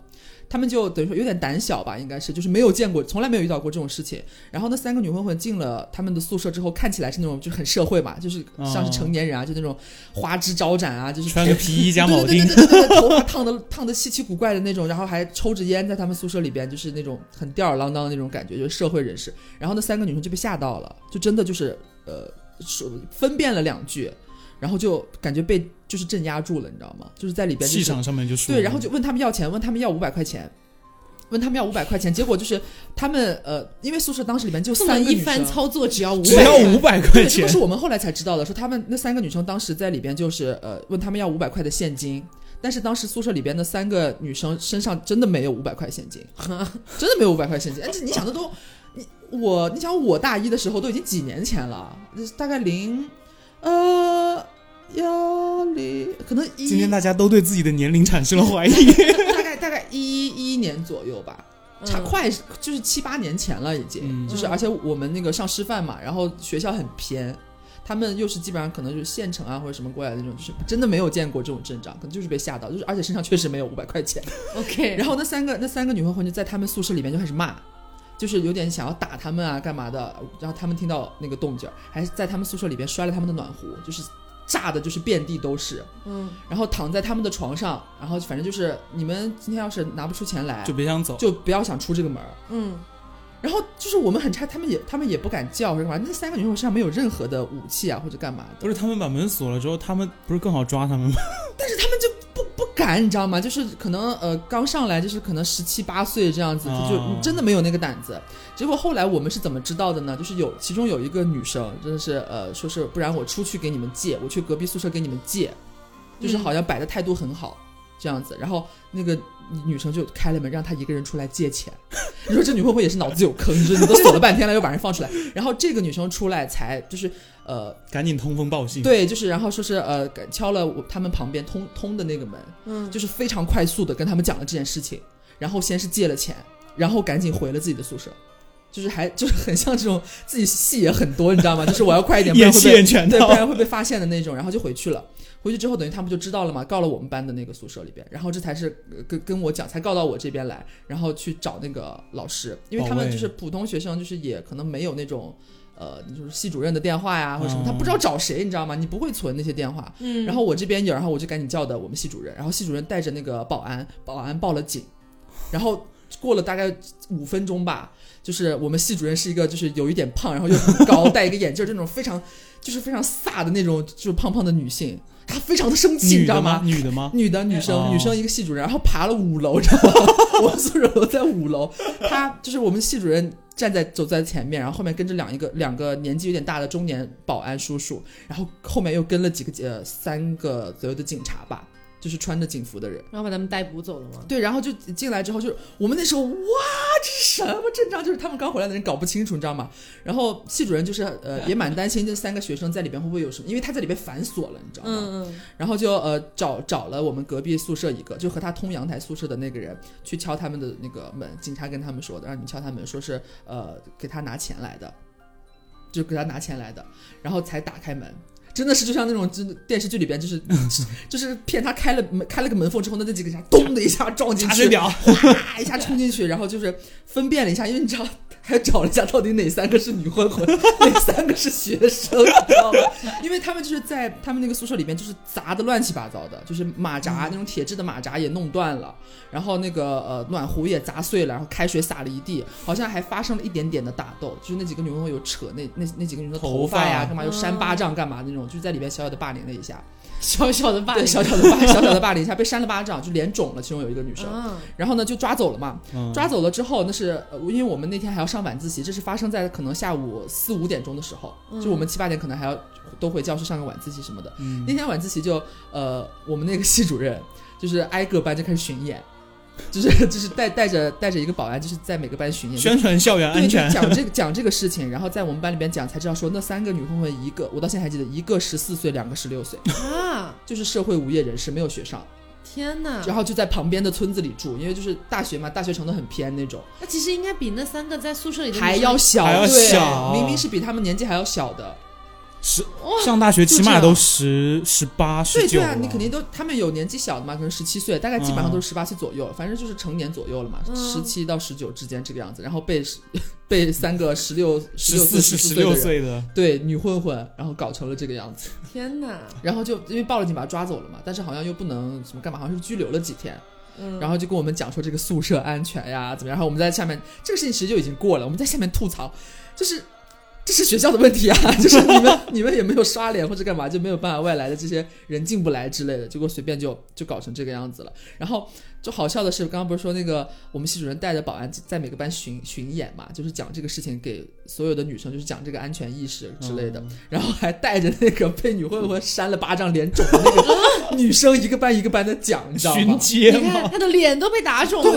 B: 他们就等呃于说有点胆小吧，应该是就是没有见过，从来没有遇到过这种事情。然后那三个女混混进了他们的宿舍之后，看起来是那种就是很社会嘛，就是像是成年人啊，就那种花枝招展啊，就是
C: 穿个皮衣加铆
B: 对
C: 钉
B: 对，对对对对，头发烫的烫的稀奇古怪的那种，然后还抽着烟，在他们宿舍里边就是那种很吊儿郎当的那种感觉，就是社会人士。然后那三个女生就被吓到了，就真的就是呃说分辨了两句，然后就感觉被就是镇压住了，你知道吗？就是在里边、就是、
C: 气场上面就输了。
B: 对，然后就问他们要钱，问他们要五百块钱。问他们要五百块钱，结果就是他们呃，因为宿舍当时里面就
A: 这
B: 三
A: 么
B: 个
A: 一
B: 女
A: 番
B: 生，
A: 操作只要五
C: 只
A: 百，
C: 要五百块
B: 对，这
C: 钱
B: 都，是我们后来才知道的。说他们那三个女生当时在里边就是呃问他们要五百块的现金，但是当时宿舍里边的三个女生身上真的没有五百块现金， <laughs> 真的没有五百块现金。而哎且你想的都，你我你想我大一的时候都已经几年前了，就是大概零呃幺零可能一
C: 今天大家都对自己的年龄产生了怀疑。
B: 大概大概一一年左右吧。差
A: 嗯
B: 快就是七八年前了，已经、
C: 嗯
B: 就是，
A: 嗯
B: 而且我们那个上师范嘛，然后学校很偏，他们又是基本上可能就是县城啊或者什么过来的那种，就是真的没有见过这种阵仗，可能就是被吓到，就是而且身上确实没有五百块钱。
A: OK，
B: <laughs> 然后那三个那三个女混混就在他们宿舍里面就开始骂，就是有点想要打他们啊干嘛的，然后他们听到那个动静儿，还在他们宿舍里边摔了他们的暖壶，就是炸的就是遍地都是，
A: 嗯，
B: 然后躺在他们的床上，然后反正就是你们今天要是拿不出钱来
C: 就。别想走，
B: 就不要想出这个门儿，
A: 嗯
B: 然后就是我们很差，他们也他们也不敢叫或者干嘛。那三个女生身上没有任何的武器啊或者干嘛的，
C: 不是他们把门锁了之后，他们不是更好抓他们吗？
B: 但是他们就不不敢，你知道吗？就是可能呃刚上来就是可能十七八岁这样子，
C: 哦
B: 就就真的没有那个胆子。结果后来我们是怎么知道的呢？就是有其中有一个女生真的是呃说是不然我出去给你们借，我去隔壁宿舍给你们借，就是
A: 嗯
B: 好像摆的态度很好。这样子，然后那个女生就开了门，让她一个人出来借钱。 <laughs> 你说这女混混也是脑子有坑，你说你都锁了半天了，又把人放出来。然后这个女生出来才就是呃
C: 赶紧通风报信。，
B: 对，就是然后说是呃敲了我他们旁边通通的那个门，
A: 嗯，
B: 就是非常快速的跟他们讲了这件事情，然后先是借了钱，然后赶紧回了自己的宿舍。就是还就是很像这种自己戏也很多，你知道吗？就是我要快一点，不然
C: 演
B: 会
C: 戏
B: 被
C: 演全
B: 对，不
C: 套。
B: 然会被发现的那种，然后就回去了。回去之后，等于他们就知道了嘛，告了我们班的那个宿舍里边，然后这才是呃跟跟我讲，才告到我这边来，然后去找那个老师，因为他
C: 保卫
B: 们就是普通学生，就是也可能没有那种，呃，就是系主任的电话呀或者什么，
C: 嗯
B: 他不知道找谁，你知道吗？你不会存那些电话。
A: 嗯，
B: 然后我这边有，然后我就赶紧叫的我们系主任，然后系主任带着那个保安，保安报了警，然后过了大概五分钟吧，就是我们系主任是一个就是有一点胖，然后又很高，戴一个眼镜儿，这种非常就是非常飒的那种就是胖胖的女性，她非常的生气，你
C: 女
B: 知道
C: 的吗？
B: 吗？
C: 女的吗？
B: 女的女
C: 哦
B: 生女生一个系主任，然后爬了五楼，知道吗？ <laughs> 我们宿舍楼在五楼，她就是我们系主任站在走在前面，然后后面跟着两一个两个年纪有点大的中年保安叔叔，然后后面又跟了几个呃三个左右的警察吧，就是穿着警服的人。
A: 然后把他们逮捕走了吗？
B: 对，然后就进来之后，就是我们那时候哇，这是什么阵仗？就是他们刚回来的人搞不清楚，你知道吗？然后系主任就是呃也蛮担心这三个学生在里边会不会有什么，因为他在里边反锁了，你知道吗？
A: 嗯嗯
B: 然后就呃找找了我们隔壁宿舍一个，就和他通阳台宿舍的那个人去敲他们的那个门，警察跟他们说的，让你们敲他门，说是呃给他拿钱来的，就给他拿钱来的，然后才打开门。真的是就像那种真的电视剧里边，就是 <laughs> 就是骗他开了门开了个门缝之后，那那几个人咚的一下撞进
C: 查
B: 去
C: 水，表，
B: 啪一下冲进去，然后就是分辨了一下，因为你知道，还找了一下到底哪三个是女混 <laughs> 混，哪三个是学生，你知道吗？因为他们就是在他们那个宿舍里面，就是砸的乱七八糟的，就是马扎那种铁质的马扎也弄断了，然后那个呃暖壶也砸碎了，然后开水洒了一地，好像还发生了一点点的打斗，就是那几个女混混有扯那那那几个女生的
C: 头
B: 头
C: 发
B: 发呀，干嘛有扇
A: 嗯
B: 巴掌干嘛那种，就是在里面小小的霸凌了一下，
A: 小小的霸
B: 对，
A: 凌，
B: 小小的霸小小的霸凌一下，被扇了巴掌，就脸肿了，其中有一个女生，
A: 啊，
B: 然后呢就抓走了嘛。
C: 嗯
B: 抓走了之后，那是呃因为我们那天还要上晚自习，这是发生在可能下午四五点钟的时候，
A: 嗯
B: 就我们七八点可能还要呃都回教室上个晚自习什么的。
C: 嗯
B: 那天晚自习就呃，我们那个系主任就是挨个班就开始巡演，就是就是带带着带着一个保安，就是在每个班巡演。
C: 宣传校园
B: 对，就
C: 安全。
B: 讲这个讲这个事情，然后在我们班里边讲，才知道说那三个女混混，一个我到现在还记得，一个十四岁，两个十六岁，
A: 啊，
B: 就是社会无业人士，没有学上，
A: 天哪！
B: 然后就在旁边的村子里住，因为就是大学嘛，大学城都很偏那种。
A: 那其实应该比那三个在宿舍里的
B: 还
A: 女生
B: 要小，
C: 还要
B: 对
C: 小
B: 明明是比他们年纪还要小的，
C: 十
B: 哇
C: 上大学
B: 就
C: 起
B: 这
C: 码
B: 样
C: 都十十八十
B: 对
C: 九嗯
B: 对
C: 了，
B: 啊，你肯定都他们有年纪小的嘛，可能十七岁，大概基本上都是十八岁左右，反正就是成年左右了嘛，
A: 嗯
B: 十七、到十九之间这个样子，然后被被三个十六、
C: 十
B: 四、
C: 四
B: 十
C: 是十
B: 六
C: 六
B: 的人
C: 岁的，
B: 对女混混，然后搞成了这个样子，
A: 天哪，
B: 然后就因为报了警把他抓走了嘛，但是好像又不能什么干嘛，好像是拘留了几天，
A: 嗯，
B: 然后就跟我们讲说这个宿舍安全呀怎么样，然后我们在下面这个事情其实就已经过了，我们在下面吐槽，就是这是学校的问题啊， <laughs> 就是你们你们也没有刷脸或者干嘛，就没有办法外来的这些人进不来之类的，结果随便就就搞成这个样子了。然后就好笑的是，刚刚不是说那个我们系主任带着保安在每个班巡巡演嘛，就是讲这个事情给所有的女生，就是讲这个安全意识之类的，
C: 嗯
B: 然后还带着那个被女混混扇了巴掌脸肿的那个女生一个班一个班的讲，你知道吗
C: 巡？
A: 你
C: 街
A: 看
C: 嘛，
A: 他的脸都被打肿了，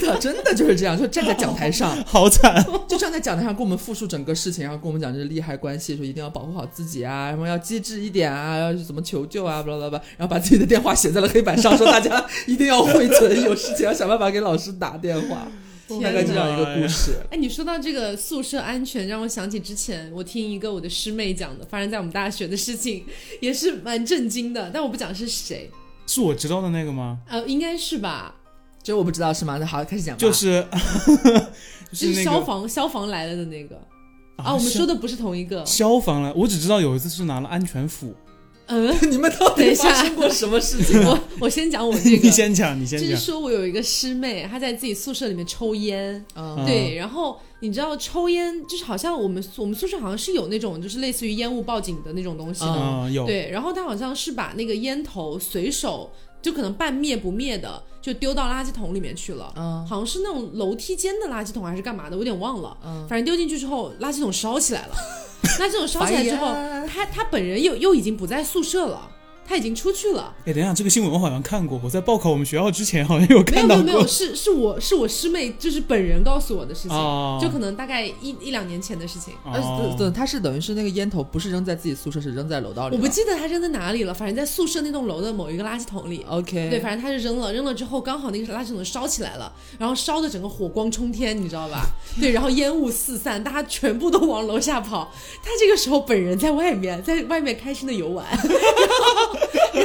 B: 对，啊真
A: <laughs>
B: 的真的就是这样，就站在讲台上，
C: 好惨，
B: 就站在讲台上跟我们复述整个事情，然后跟我们讲这是利害关系，说一定要保护好自己啊，什么要机智一点啊，要怎么求救啊，巴拉巴拉，然后把自己的电话写在了黑板上，说大家一定要会存，有事情要想办法给老师打电话，
A: 天
B: 大概这样一个故事。
A: 哎，你说到这个宿舍安全，让我想起之前我听一个我的师妹讲的发生在我们大学的事情，也是蛮震惊的。但我不讲是谁，
C: 是我知道的那个吗？
A: 呃，应该是吧，
B: 这我不知道是吗？那好，开始讲吧。
C: 就是 <laughs> 就
A: 啊就是
C: 那
A: 消
C: 个
A: 防消防来了的那个啊。
C: 啊
A: 我们
C: 是
A: 说的不是同一个，
C: 消防了，我只知道有一次是拿了安全斧。
A: 嗯，
B: <laughs> 你们到
A: 等
B: 底
A: 一下
B: 发生过什
A: <laughs>
B: 么事情？
A: 我我先讲我这个
C: <laughs> 你。先讲，你
A: 就
C: 先
A: 是
C: 讲。
A: 说，我有一个师妹，她在自己宿舍里面抽烟，
C: 啊
B: 嗯，
A: 对，然后你知道抽烟就是好像我们我们宿舍好像是有那种就是类似于烟雾报警的那种东西的，
B: 嗯
C: 嗯，有
A: 对，然后他好像是把那个烟头随手就可能半灭不灭的就丢到垃圾桶里面去
C: 啊
A: 了，
B: 嗯
A: 好像是那种楼梯间的垃圾桶还是干嘛的，我有点忘了。
C: 啊
B: 嗯，
A: 反正丢进去之后，垃圾桶烧起来
C: <laughs>
A: 了。垃圾桶烧起来之后
B: 哎呀，
A: 他他本人又又已经不在宿舍了，他已经出去了。
C: 哎，等一下，这个新闻我好像看过，我在报考我们学校之前好像有
A: 没有
C: 看
A: 没
C: 到
A: 有
C: 过。
A: 没有，是是我是我师妹，就是本人告诉我的事情，
C: 哦
A: 就可呃能大概一一两年前的事情。
B: 而
C: 哦
B: 且等呃他是等于是那个烟头不是扔在自己宿舍，是扔在楼道里
A: 我不
B: 了。
A: 记得他扔在哪里了，反正在宿舍那栋楼的某一个垃圾桶里。
B: OK，
A: 对，反正他是扔了，扔了之后刚好那个垃圾桶烧起来了，然后烧的整个火光冲天，你知道吧？对，然后烟雾四散，大家全部都往楼下跑。他这个时候本人在外面，在外面开心的游玩，然后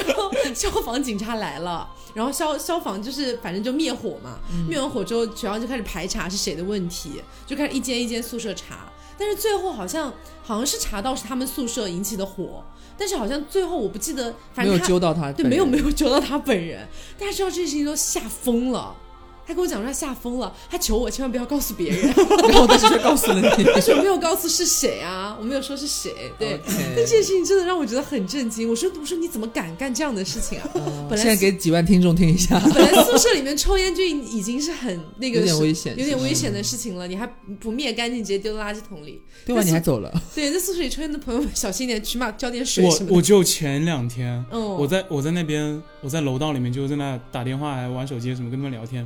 A: 然后消防警察来了，然后消消防就是反正就灭火嘛，
B: 嗯
A: 灭完火之后学校就开始排查是谁的问题，就开始一间一间宿舍查，但是最后好像好像是查到是他们宿舍引起的火。但是好像最后我不记得，反
B: 没
A: 正
B: 有
A: 他
B: 揪到他本人，
A: 对，没有没有揪到他本人，大家知道这件事情都吓疯了。他跟我讲说他吓疯了，他求我千万不要告诉别人，
B: 然后 <laughs> 我当时就告诉了你。
A: 但是我没有告诉是谁啊，我没有说是谁， <laughs> 对。但这
B: OK，
A: 件事情真的让我觉得很震惊，我说我说你怎么敢干这样的事情啊？
B: 嗯
A: 本来
B: 现在给几万听众听一下，
A: 本来宿舍里面抽烟就已已经是很那个
B: 有点
A: 是
B: 危险，
A: 有点
B: 其实
A: 危险的事情了，你还不灭干净直接丢到垃圾桶里？
B: 对吧？
A: 但是
B: 你还走了，
A: 对，在宿舍里抽烟的朋友们小心点，起码浇点水什
C: 我
A: 么
C: 我
A: 的。
C: 就前两天，
A: 嗯，
C: 我在我在那边，我在楼道里面就在那打电话，还玩手机什么，跟他们聊天，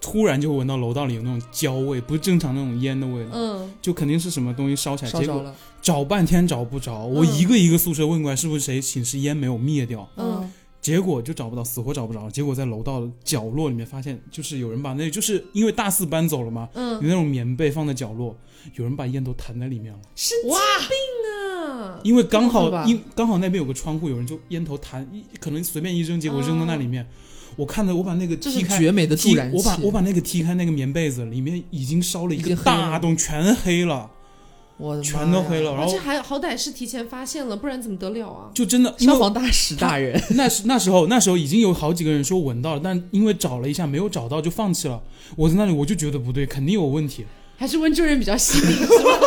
C: 突然就闻到楼道里有那种焦味，不是正常那种烟的味道，
A: 嗯
C: 就肯定是什么东西烧起来。
B: 烧
C: 结
B: 着
C: 果
B: 了。
C: 找半天找不着，我
A: 嗯
C: 一个一个宿舍问过来，是不是谁寝室烟没有灭掉？
A: 嗯，
C: 结果就找不到，死活找不着。结果在楼道的角落里面发现，就是有人把那，就是因为大四搬走了嘛，有
A: 嗯，
C: 那种棉被放在角落，有人把烟都弹在里面了。
A: 神经
B: 哇
A: 病啊！
C: 因为
B: 这
C: 刚
B: 样
C: 好
B: 子
C: 因刚好那边有个窗户，有人就烟头弹，一可能随便一扔，结果扔到那里面。我看到我把那个
B: 这是
C: 踢开，
B: 绝美的助
C: 踢
B: 燃器。
C: 我把我把那个踢开那个棉被子，里面已经烧了一
B: 已
C: 个
B: 经黑
C: 大
B: 了嗯
C: 洞，全黑了，
B: 我的妈呀
C: 全都黑了。然
A: 哇，
C: 后
A: 这还好歹是提前发现了，不然怎么得了啊？
C: 就真的，因为
B: 消防大使大人，
C: <laughs> 那时那时候那时候已经有好几个人说闻到了，但因为找了一下没有找到就放弃了。我在那里我就觉得不对，肯定有问题。
A: 还是温州人比较犀利，是吧？ <laughs>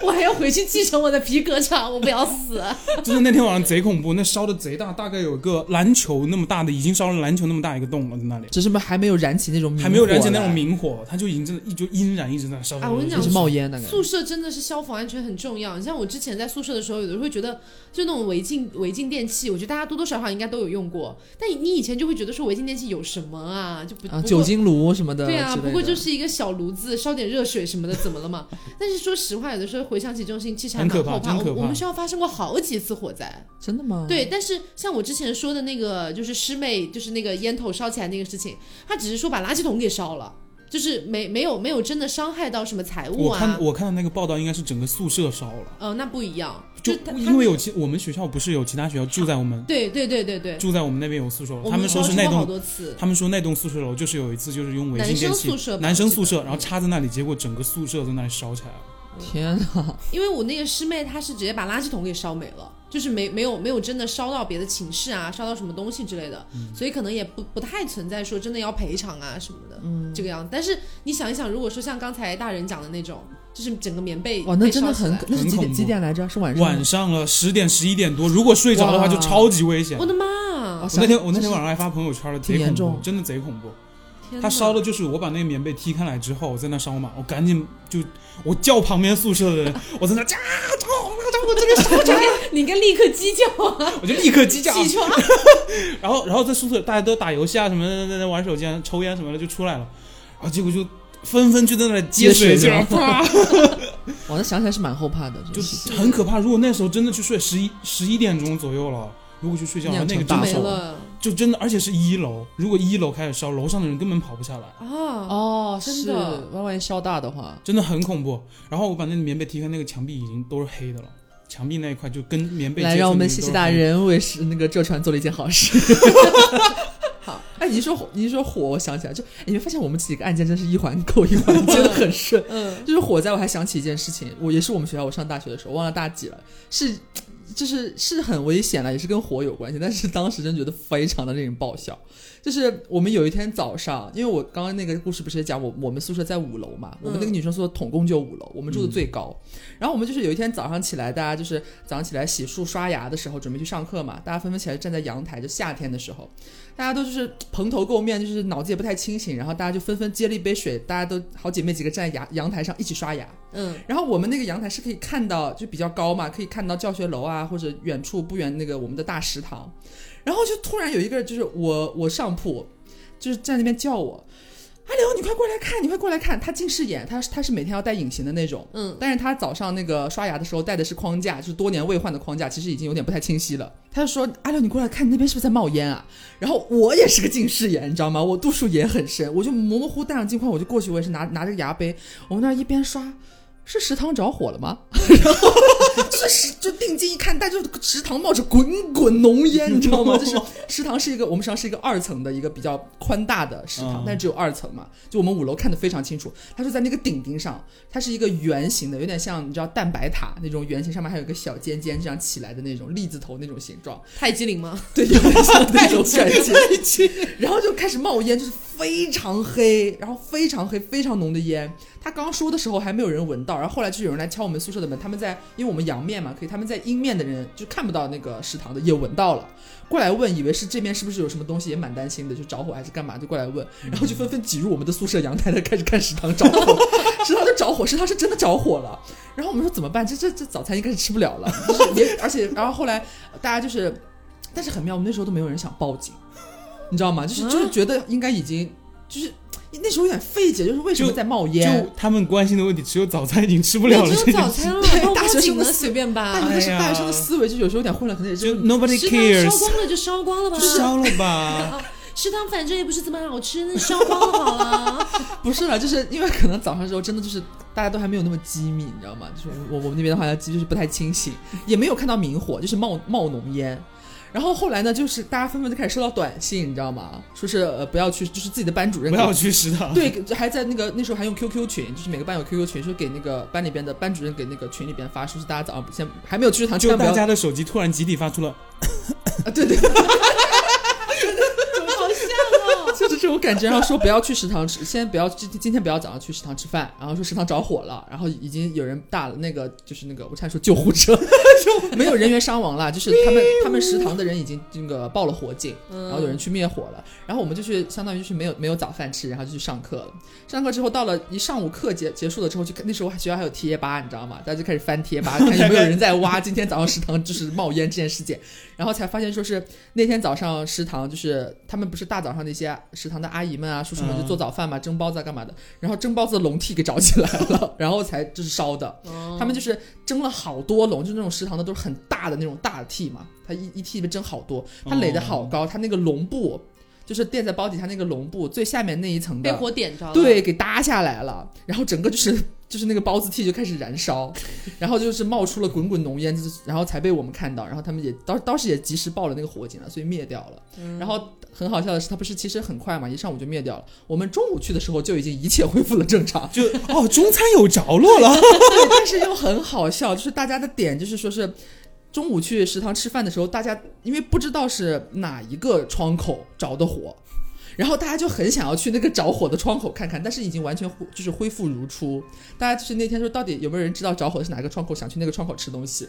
A: 我还要回去继承我的皮革厂，我不要死。啊
C: 就是那天晚上贼恐怖，那烧的贼大，大概有个篮球那么大的，已经烧了篮球那么大一个洞了，在那里
B: 只是没还没有燃起那种明火
C: 还没有燃起那
B: 来
C: 种，明火，它就已经真的一就阴燃一直在那烧。
A: 啊我跟你讲
B: 就是冒烟的感觉。
A: 宿舍真的是消防安全很重要。你像我之前在宿舍的时候，有的时候会觉得，就那种违禁违禁电器，我觉得大家多多少少应该都有用过。但你以前就会觉得说违禁电器有什么啊，就不
B: 啊，
A: 不
B: 酒
A: 过
B: 精炉什么的之
A: 对
B: 类的，
A: 啊，不过就是一个小炉子，烧点热水什么的，怎么了嘛？ <laughs> 但是说实话，有的时候回想起这种事情，其实还
C: 很
A: 蛮
C: 可怕
A: 后怕。
C: 真可
A: 我我们
C: 怕
A: 学校发生过好几次火灾。
B: 真的
C: 嗯
B: 吗？
A: 对，但是像我之前说的那个，就是师妹，就是那个烟头烧起来那个事情，她只是说把垃圾桶给烧了，就是没没有没有真的伤害到什么财物
C: 我
A: 啊
C: 看。我看到那个报道，应该是整个宿舍烧了，
A: 呃，那不一样，
C: 就
A: 他他
C: 因为有其我们学校不是有其他学校住在我们
A: 对对对对对，
C: 住在我们那边有宿舍楼，
A: 我
C: 他们说
A: 烧
C: 是
A: 出
C: 那
A: 过好
C: 栋
A: 多次，
C: 他们说那栋宿舍楼就是有一次就是用违禁电
A: 男生宿舍
C: 器
A: 吧，
C: 男生宿
A: 我
C: 舍，
A: 记得
C: 然后插在那里，结果整个宿舍在那里烧起来了。
B: 天啊哪！
A: 因为我那个师妹她是直接把垃圾桶给烧没了，就是没没有没有真的烧到别的寝室啊，烧到什么东西之类的，
B: 嗯
A: 所以可能也不不太存在说真的要赔偿啊什么的，嗯，这个样子。但是你想一想，如果说像刚才大人讲的那种，就是整个棉被
B: 哇，那
A: 被
B: 真的
A: 烧起
B: 很
A: 来，，
B: 那是几
C: 很恐
B: 点
C: 怖
B: 几点来着？是晚上吗？
C: 晚上了十点十一点多，如果睡着的话
B: 哇
C: 就超级危险。
A: 我
C: 我
A: 的妈
B: 哦
A: 啊！
B: 想
C: 那天我
B: 就
C: 那
B: 是
C: 天晚上还发朋友圈了，
B: 挺
C: 贼恐
B: 严
C: 怖，
B: 重
C: 真的贼恐怖。
A: 天哪
C: 他烧的就是我把那个棉被踢开来之后，我在那烧嘛，我赶紧就我叫旁边宿舍的人，我在那啊，着火了，着火了，这边烧
B: <laughs>
C: 着了，
A: 你应该立刻鸡叫啊！
C: 我就立刻鸡叫。
A: 起床！啊
B: <laughs>
C: 然后然后在宿舍大家都打游戏啊什么的，在那玩手机啊、抽烟什么的就出来了，然后结果就纷纷就在那里接
B: 接水
C: 水饺，
B: 饺
C: 啪
B: <laughs> 哇，那想起来是蛮后怕的，这个
C: 就
B: 事情
C: 很可怕。如果那时候真的去睡，十一十一点钟左右了，如果去睡觉，
B: 酿成
C: 那个
B: 大
C: 真
A: 没
B: 打火
C: 的是
A: 了
C: 就真的，而且是一楼。如果一楼开始烧，楼上的人根本跑不下来，
A: 啊！
B: 哦，
A: 真
B: 是
A: 的
B: 万万一烧大的话，
C: 真的很恐怖。然后我把那棉被踢开，那个墙壁已经都是黑的了，墙壁那一块就跟棉被
B: 来
C: 接
B: 让
C: 触
B: 我
C: 的
B: 们
C: 地
B: 谢谢
C: 方
B: 大
C: 都是黑的。
B: 人为是那个浙传做了一件好
C: <laughs>
B: 事。
A: 好，
B: 哎，你一说火你一说火，我想起来，就哎你会发现我们几个案件真是一环扣一
C: <laughs>
B: 环，真的很顺。
A: 嗯，
B: 就是火灾，我还想起一件事情，我也是我们学校，我上大学的时候忘了大几了，是就是是很危险了，也是跟火有关系，但是当时真觉得非常的令人爆笑。就是我们有一天早上，因为我刚刚那个故事不是也讲我我们宿舍在五楼嘛，我们那个女生宿舍统共就五楼，我们住的最高。然后我们就是有一天早上起来，大家就是早上起来洗漱刷牙的时候，准备去上课嘛，大家纷纷起来站在阳台，就夏天的时候，大家都就是蓬头垢面，就是脑子也不太清醒，然后大家就纷纷接了一杯水，大家都好姐妹几个站在阳阳台上一起刷牙。
A: 嗯，
B: 然后我们那个阳台是可以看到，就比较高嘛，可以看到教学楼啊，或者远处不远那个我们的大食堂。然后就突然有一个人，就是我我上铺，就是在那边叫我，阿刘，你快过来看，你快过来看。他近视眼，他他是每天要戴隐形的那种，
A: 嗯，
B: 但是他早上那个刷牙的时候戴的是框架，就是多年未换的框架，其实已经有点不太清晰了。他就说：“阿六，你过来看，你那边是不是在冒烟啊？”然后我也是个近视眼，你知道吗？我度数也很深，我就模模糊糊戴上镜框，我就过去，我也是拿拿着个牙杯，我们那儿一边刷。是食堂着火了吗？ <laughs> 然后就是食就定睛一看，但就是食堂冒着滚滚浓烟，你知道吗？就是食堂是一个我们食堂是一个二层的一个比较宽大的食堂
C: 嗯，
B: 但是只有二层嘛，就我们五楼看得非常清楚。它是在那个顶顶上，它是一个圆形的，有点像你知道蛋白塔那种圆形，上面还有一个小尖尖这样起来的那种栗子头那种形状，
A: 泰姬陵吗？
B: <laughs> 对，有点像那种
A: <laughs>
B: 感觉。然后就开始冒烟，就是非常黑，然后非常黑，非常浓的烟。他刚说的时候还没有人闻到，然后后来就有人来敲我们宿舍的门，他们在因为我们阳面嘛，可以他们在阴面的人就看不到那个食堂的，也闻到了，过来问，以为是这面是不是有什么东西，也蛮担心的，就着火还是干嘛，就过来
C: <laughs>
B: 问，然后就纷纷挤入我们的宿舍阳台的，开始看食堂着火，食堂就着火，食堂是真的着火了。然后我们说怎么办？这这这早餐应该是吃不了了，就是也而且然后后来大家就是，但是很妙，我们那时候都没有人想报警，你知道吗？
C: 啊
B: 就是就是觉得应该已经就是那时候有点费解，就是为什么
C: 就
B: 在冒
C: 就
B: 烟？
C: 他们关心的问题，只有早餐已经吃不
A: 对
C: 了了
A: 只
C: 这
A: 有
C: 件
A: 早
C: 事。
A: 餐了，啊
B: <laughs> 对
A: 然后
B: 大学
A: 报警
B: 生的
A: 呢
B: 思
A: 随便吧。
B: 但一个是
C: 哎呀
B: 大学生的思维，就有时候有点混乱，可能也
C: 就
B: 就
C: nobody
A: 食堂
C: cares，
A: 烧光了就烧光了吧，
C: 就烧了吧。
A: 食堂反正也不是怎么好吃，那烧光了好了。
B: <laughs> 不是了，就是因为可能早上的时候真的就是大家都还没有那么机密，你知道吗？就是我我们那边的话，机就是不太清醒，也没有看到明火，就是冒冒浓烟。然后后来呢，就是大家纷纷就开始收到短信，你知道吗？说是呃不要去，就是自己的班主任
C: 不
B: 给
C: 要去食堂。
B: 对，还在那个那时候还用 QQ 群，就是每个班有 QQ 群，说给那个班里边的班主任给那个群里边发，说是大家早上先还没有去食堂，千
C: 就
B: 万不
C: 大
B: 要
C: 家的手机突然集体发出了，，
B: 啊，对对，
A: 好像哦。
B: <laughs> 就是这种感觉。然后说不要去食堂吃，先不要今今天不要早上去食堂吃饭。然后说食堂着火了，然后已经有人打了那个就是那个我差点说救护车， <laughs> 就没有人员伤亡了，就是他们他们食堂的人已经那个报了火警，
A: 嗯
B: 然后有人去灭火了。然后我们就去相当于就是没有没有早饭吃，然后就去上课了。上课之后到了一上午课结结束了之后，就看那时候学校还有贴吧，你知道吗？大家就开始翻贴吧，看有没有人在挖今天早上食堂就是冒烟这件事情，然后才发现说是那天早上食堂就是他们不是大早上那些食堂的阿姨们啊叔叔们就做早饭嘛，蒸包子啊干嘛的，然后蒸包子的笼屉给找起来了， <laughs> 然后才就是烧的。
A: 嗯
B: 他们就是蒸了好多笼，就是那种食堂的都是很大的那种大屉嘛，它一一屉里面蒸好多，它垒的好高，它那个笼布就是垫在包底下那个笼布最下面那一层
A: 被
B: 的，
A: 火点着了。
B: 对，，给搭下来了，然后整个就是 <laughs> 就是那个包子屉就开始燃烧，然后就是冒出了滚滚浓烟，就是然后才被我们看到，然后他们也当当时也及时报了那个火警了，所以灭掉了。
A: 嗯
B: 然后很好笑的是，它不是其实很快嘛，一上午就灭掉了。我们中午去的时候就已经一切恢复了正常
C: 就哦，中餐有着落了，
B: 对， <laughs> 但是又很好笑，就是大家的点就是说是。中午去食堂吃饭的时候，大家因为不知道是哪一个窗口着的火，然后大家就很想要去那个着火的窗口看看，但是已经完全恢就是恢复如初。大家就是那天说，到底有没有人知道着火的是哪个窗口，想去那个窗口吃东西，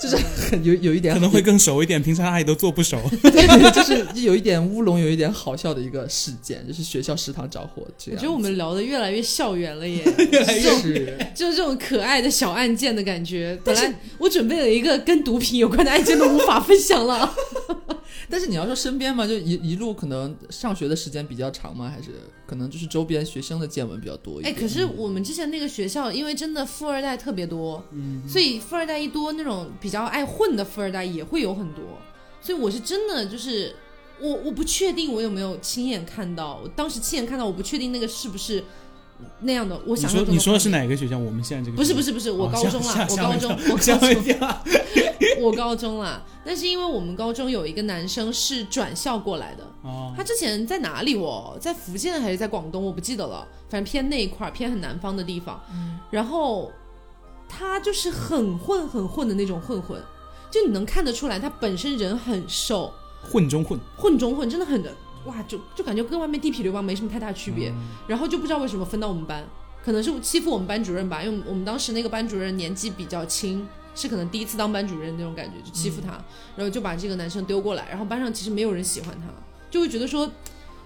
B: 就是 <laughs> 很有有一点
C: 可能会更熟一点，平常阿姨都做不熟。
B: 对，就是有一点乌龙，有一点好笑的一个事件，就是学校食堂着火
A: 我
B: 这样。
A: 觉得我们聊的越来越校园了耶，
B: 啊是
A: 就是这种可爱的小案件的感觉。本来我准备了一个跟毒品有关的案件，都无法分享了。
B: 但是你要说身边嘛，就一一路可能上学的时间比较长嘛，还是可能就是周边学生的见闻比较多一
A: 哎，
B: 点。
A: 可是我们之前那个学校，因为真的富二代特别多，所以富二代一多，那种比较爱混的富二代也会有很多。所以我是真的就是。我我不确定我有没有亲眼看到，我当时亲眼看到，我不确定那个是不是那样的。我
C: 你
A: 想
C: 说
A: 象中
C: 你说的是
A: 画面？
C: 哪个学校？我们现在这个
A: 不是不
C: 是，
A: 是不是，我
C: 哦
A: 高
C: 吓
A: 中啦
C: 吓，
A: 我
C: 吓
A: 高
C: 我一
A: 中，
C: 跳
A: 我
C: 吓
A: 高
C: 我一
A: 中，
C: 跳。
A: 我高中啦，但是因为我们高中有一个男生是转校过来的，
C: 哦
A: 他之前在哪里我？在福建还是在广东？我不记得了，反正偏那一块儿，偏很南方的地方。然后他就是很混很混的那种混混，就你能看得出来，他本身人很瘦，
C: 混中混，
A: 混中混，真的很哇，就就感觉跟外面地痞流氓没什么太大区别。
B: 嗯
A: 然后就不知道为什么分到我们班，可能是欺负我们班主任吧，因为我们当时那个班主任年纪比较轻，是可能第一次当班主任那种感觉，就欺负
B: 嗯
A: 他，然后就把这个男生丢过来，然后班上其实没有人喜欢他，就会觉得说，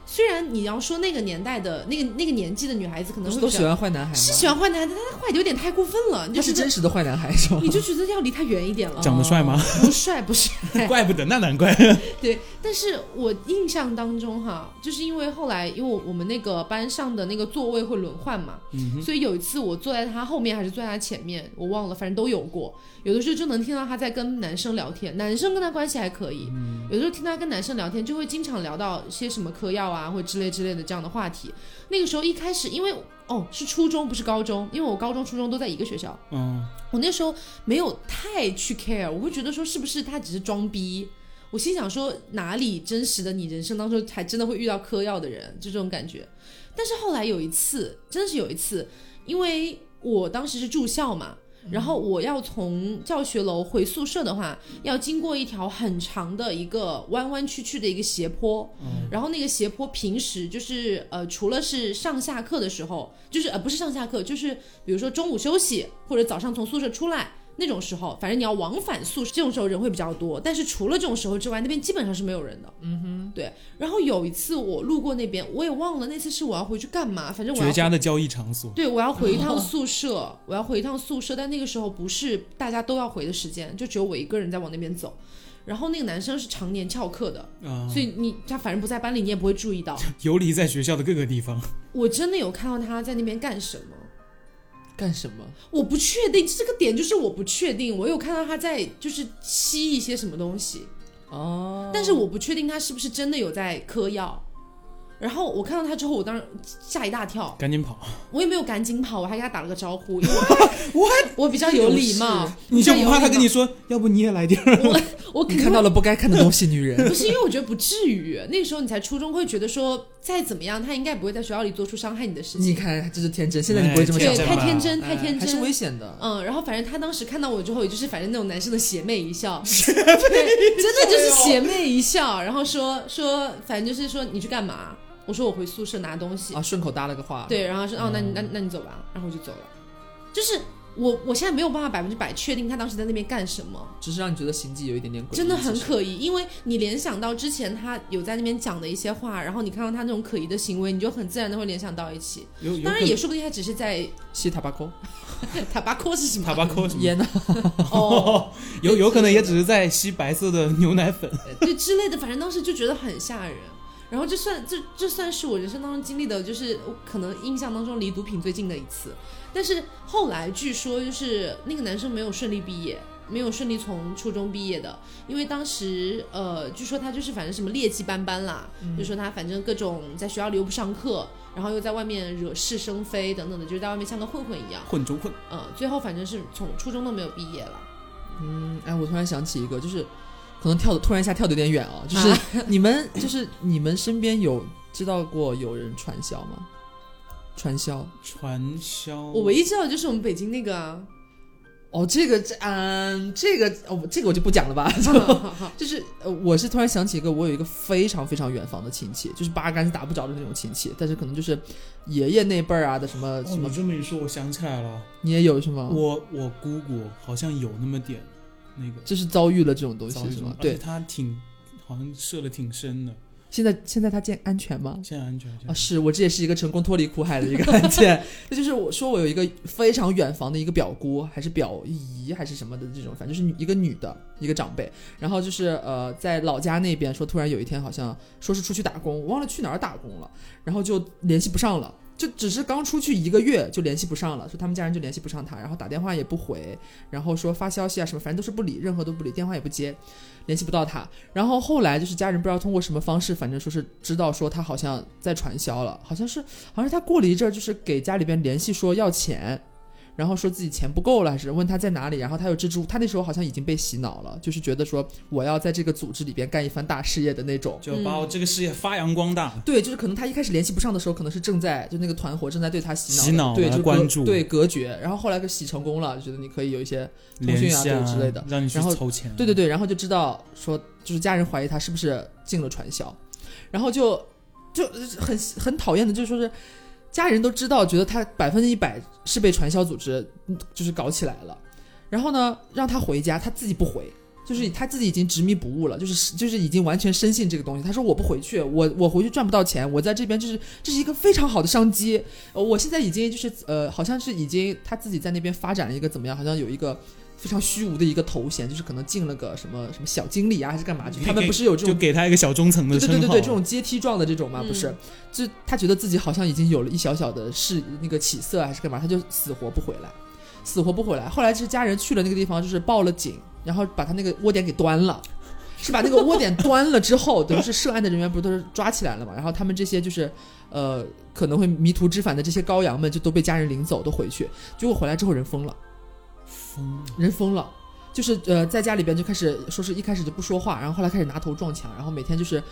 A: 虽然你要说那个年代的那个那个年纪的女孩子可
B: 不
A: 能
B: 是
A: 会
B: 都
A: 比较
B: 喜欢坏男孩吗？
A: 是喜欢坏男孩子，但他坏的有点太过分了，你就
B: 他
A: 是觉得
B: 真实的坏男孩是吧？
A: 你哦就觉得要离他远一点
B: <laughs>
A: 了，
C: 长得帅吗？
A: 不帅不帅，
C: 怪不得，那难怪。
A: 对，但是我印象当中哈，就是因为后来因为我我们那个班上的那个座位会轮换嘛，所以有一次我坐在他后面还是坐在他前面，我忘了，反正都有过。有的时候就能听到他在跟男生聊天，男生跟他关系还可以，有的时候听他跟男生聊天，就会经常聊到些什么嗑药啊，或者之类之类的这样的话题。那个时候一开始因为哦是初中不是高中，因为我高中初中都在一个学校，
C: 嗯，
A: 我那时候没有太去 care，我会觉得说是不是他只是装逼。我心想说哪里真实的你人生当中还真的会遇到嗑药的人，就这种感觉。但是后来有一次，真的是有一次，因为我当时是住校嘛，然后我要从教学楼回宿舍的话，要经过一条很长的一个弯弯曲曲的一个斜坡，然后那个斜坡平时就是呃，除了是上下课的时候，就是呃不是上下课，就是比如说中午休息或者早上从宿舍出来那种时候，反正你要往返宿舍，这种时候人会比较多。但是除了这种时候之外，那边基本上是没有人的。嗯哼，对。然后有一次我路过那边，我也忘了那次是我要回去干嘛，反正我要
C: 绝佳的交易场所。
A: 对，我要回一趟宿舍， <laughs> 我要回一趟宿舍，但那个时候不是大家都要回的时间，就只有我一个人在往那边走。然后那个男生是常年翘课的，
C: 嗯，
A: 所以你他反正不在班里，你也不会注意到。
C: 游离在学校的各个地方。
A: 我真的有看到他在那边干什么，
B: 干什么？
A: 我不确定这个点，就是我不确定。我有看到他在就是吸一些什么东西，
B: 哦，
A: 但是我不确定他是不是真的有在嗑药。然后我看到他之后，我当时吓一大跳，
C: 赶紧跑！
A: 我也没有赶紧跑，我还给他打了个招呼，因为我 <laughs> 我比较有礼貌，
C: 你就不怕他跟你
A: 说，
C: 说，要不你也来点儿？
A: 我我肯
B: 你
A: 定
B: 看到
A: 会
B: 了不该看的东西，女人。
A: <laughs> 不是因为我觉得不至于，那个时候你才初中，会觉得说再怎么样，他应该不会在学校里做出伤害你的事
B: 你
A: 情。
B: 看，这是天真。现在你不会这么
C: 哎
B: 想
A: 对，
C: 这
B: 的
C: 样
A: 太
B: 吧，
C: 吧
A: 天真，
B: 哎
A: 太天
B: 还是
A: 真
B: 危。险的。
A: 嗯，然后反正他当时看到我之后，也就是反正那种男生的邪魅一
B: <laughs>
A: 笑，对，真的就是邪魅一笑，然后说说，反正就是说你去干嘛？我说我回宿舍拿东西，
B: 啊，顺口搭了个话。，
A: 对，然后说哦，那你
B: 嗯
A: 那那你走吧，然后我就走了。就是我我现在没有办法百分之百确定他当时在那边干什么，
B: 只是让你觉得行迹有一点点诡异，
A: 真的很
B: 其实
A: 可疑，因为你联想到之前他有在那边讲的一些话，然后你看到他那种可疑的行为，你就很自然的会联想到一起。
C: 有有
A: 当
C: 可
A: 然
C: 能
A: 也说不定他只是在 <laughs>
B: 吸塔巴扣
A: 塔巴科是什么
C: 塔巴扣什么？
B: 烟呢？
A: 哦，
C: <laughs> 有有可能也只是在吸白色的牛奶粉。
A: 对之类的，反正当时就觉得很吓人。然后这算这这算是我人生当中经历的，就是我可能印象当中离毒品最近的一次。但是后来据说就是那个男生没有顺利毕业，没有顺利从初中毕业的，因为当时呃，据说他就是反正什么劣迹斑斑啦，就说他反正各种在学校里又不上课，然后又在外面惹是生非等等的，就是在外面像个混混一样。
C: 混中混，
A: 呃，最后反正是从初中都没有毕业了。
B: 嗯，哎，我突然想起一个，就是可能跳的突然一下跳的有点远啊，就是
A: 啊
B: 你们、就是你们身边有知道过有人传销吗？传销
C: 传销。
A: 我唯一知道的就是我们北京那个啊，
B: 哦，这个这嗯，这个哦，这个我就不讲
C: <laughs>
B: 了吧。就就是呃，我是突然想起一个，我有一个非常非常远房的亲戚，就是八竿子打不着的那种亲戚，但是可能就是爷爷那辈儿啊的什么
C: 哦，
B: 什么
C: 你，这么一说，我想起来了，
B: 你也有是
A: 哦
B: 吗？
C: 我我姑姑好像有那么点那个
B: 就是遭遇了这种东
C: 遭
B: 西
C: 遇
B: 是吗
C: 嘛，？而且
B: 对，
C: 她挺好像射的挺深的，
B: 现在现在他健安全吗？
C: 现在安全现
B: 啊，
C: 在
A: 哦
B: 是我这也是一个成功脱离苦海的一个案件。 <laughs> 这就是我说我有一个非常远房的一个表姑，还是表姨，还是什么的这种，反正就是女一个女的一个长辈。然后就是呃，在老家那边说，突然有一天好像说是出去打工，我忘了去哪儿打工了，然后就联系不上了。就只是刚出去一个月就联系不上了，说他们家人就联系不上他，然后打电话也不回，然后说发消息啊什么，反正都是不理，任何都不理，电话也不接，联系不到他。然后后来就是家人不知道通过什么方式，反正说是知道说他好像在传销了，好像是好像是他过了一阵儿，就是给家里边联系说要钱，然后说自己钱不够了，还是问他在哪里，然后他又支支吾，他那时候好像已经被洗脑了，就是觉得说我要在这个组织里边干一番大事业的那种。
C: 就把我这个事业发扬光大。
B: 对，就是可能他一开始联系不上的时候，可能是正在就那个团伙正在对他洗脑的，
C: 洗脑
B: 对，
C: 把他
B: 就
C: 关
B: 隔
C: 注
B: 对隔绝，然后后来给洗成功了，就觉得你可以有一些通
C: 联
B: 讯啊
C: 系
B: 对之类的
C: 让你去
B: 然后
C: 凑钱。啊
B: 对对对，然后就知道说，就是家人怀疑他是不是进了传销，然后就就很很讨厌的，就是说是家人都知道，觉得他百分之一百是被传销组织嗯就是搞起来了，然后呢让他回家，他自己不回。就是他自己已经执迷不悟了，就是就是已经完全深信这个东西。他说我不回去，我我回去赚不到钱，我在这边就是这是一个非常好的商机。呃我现在已经就是呃，好像是已经他自己在那边发展了一个怎么样，好像有一个非常虚无的一个头衔，就是可能进了个什么什么小经理啊，还是干嘛？就他们不是有这
C: 就
B: 种
C: 给他一个小中层的
B: 对对
C: 称
B: 对
C: 号。
B: 对对，这种阶梯状的这种嘛，
A: 嗯
B: 不是？就他觉得自己好像已经有了一小小的是那个起色还是干嘛，他就死活不回来，死活不回来。后来是家人去了那个地方，就是报了警，然后把他那个窝点给端了。是把那个窝点端了之后，等于是涉案的人员不是都是抓起来了嘛？然后他们这些就是，呃，可能会迷途知返的这些羔羊们就都被家人领走，都回去。结果回来之后人疯了，
C: 疯
B: 人疯了，就是呃，在家里边就开始说是一开始就不说话，然后后来开始拿头撞墙，然后每天就是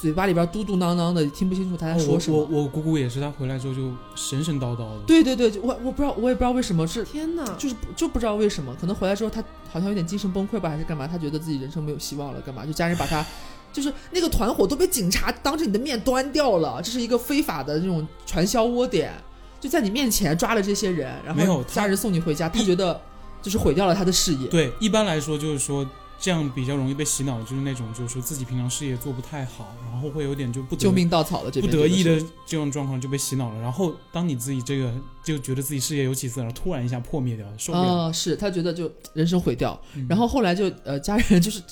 B: 嘴巴里边嘟嘟囔囔的，听不清楚他在说什么。
C: 哦我我我姑姑也是，她回来之后就神神叨叨的。
B: 对对对，就我我不知道，我也不知道为什么是，
A: <laughs> 天哪！
B: 就是不就不知道为什么，可能回来之后他好像有点精神崩溃吧，还是干嘛？他觉得自己人生没有希望了，干嘛？就家人把他。就是那个团伙都被警察当着你的面端掉了，这是一个非法的这种传销窝点，就在你面前抓了这些人，然
C: 没有
B: 后
C: 他
B: 家人送你回家，他
C: 一
B: 觉得就是毁掉了他的事业。
C: 对，一般来说就是说这样比较容易被洗脑，就是那种就是说自己平常事业做不太好，然后会有点就不得
B: 救命稻草了，这
C: 不
B: 边
C: 得
B: 这个
C: 已
B: 是
C: 的这种状况就被洗脑了。然后当你自己这个就觉得自己事业有起色，然后突然一下破灭掉，受不了。
B: 啊、是他觉得就人生毁掉，
C: 嗯
B: 然后后来就呃家人就是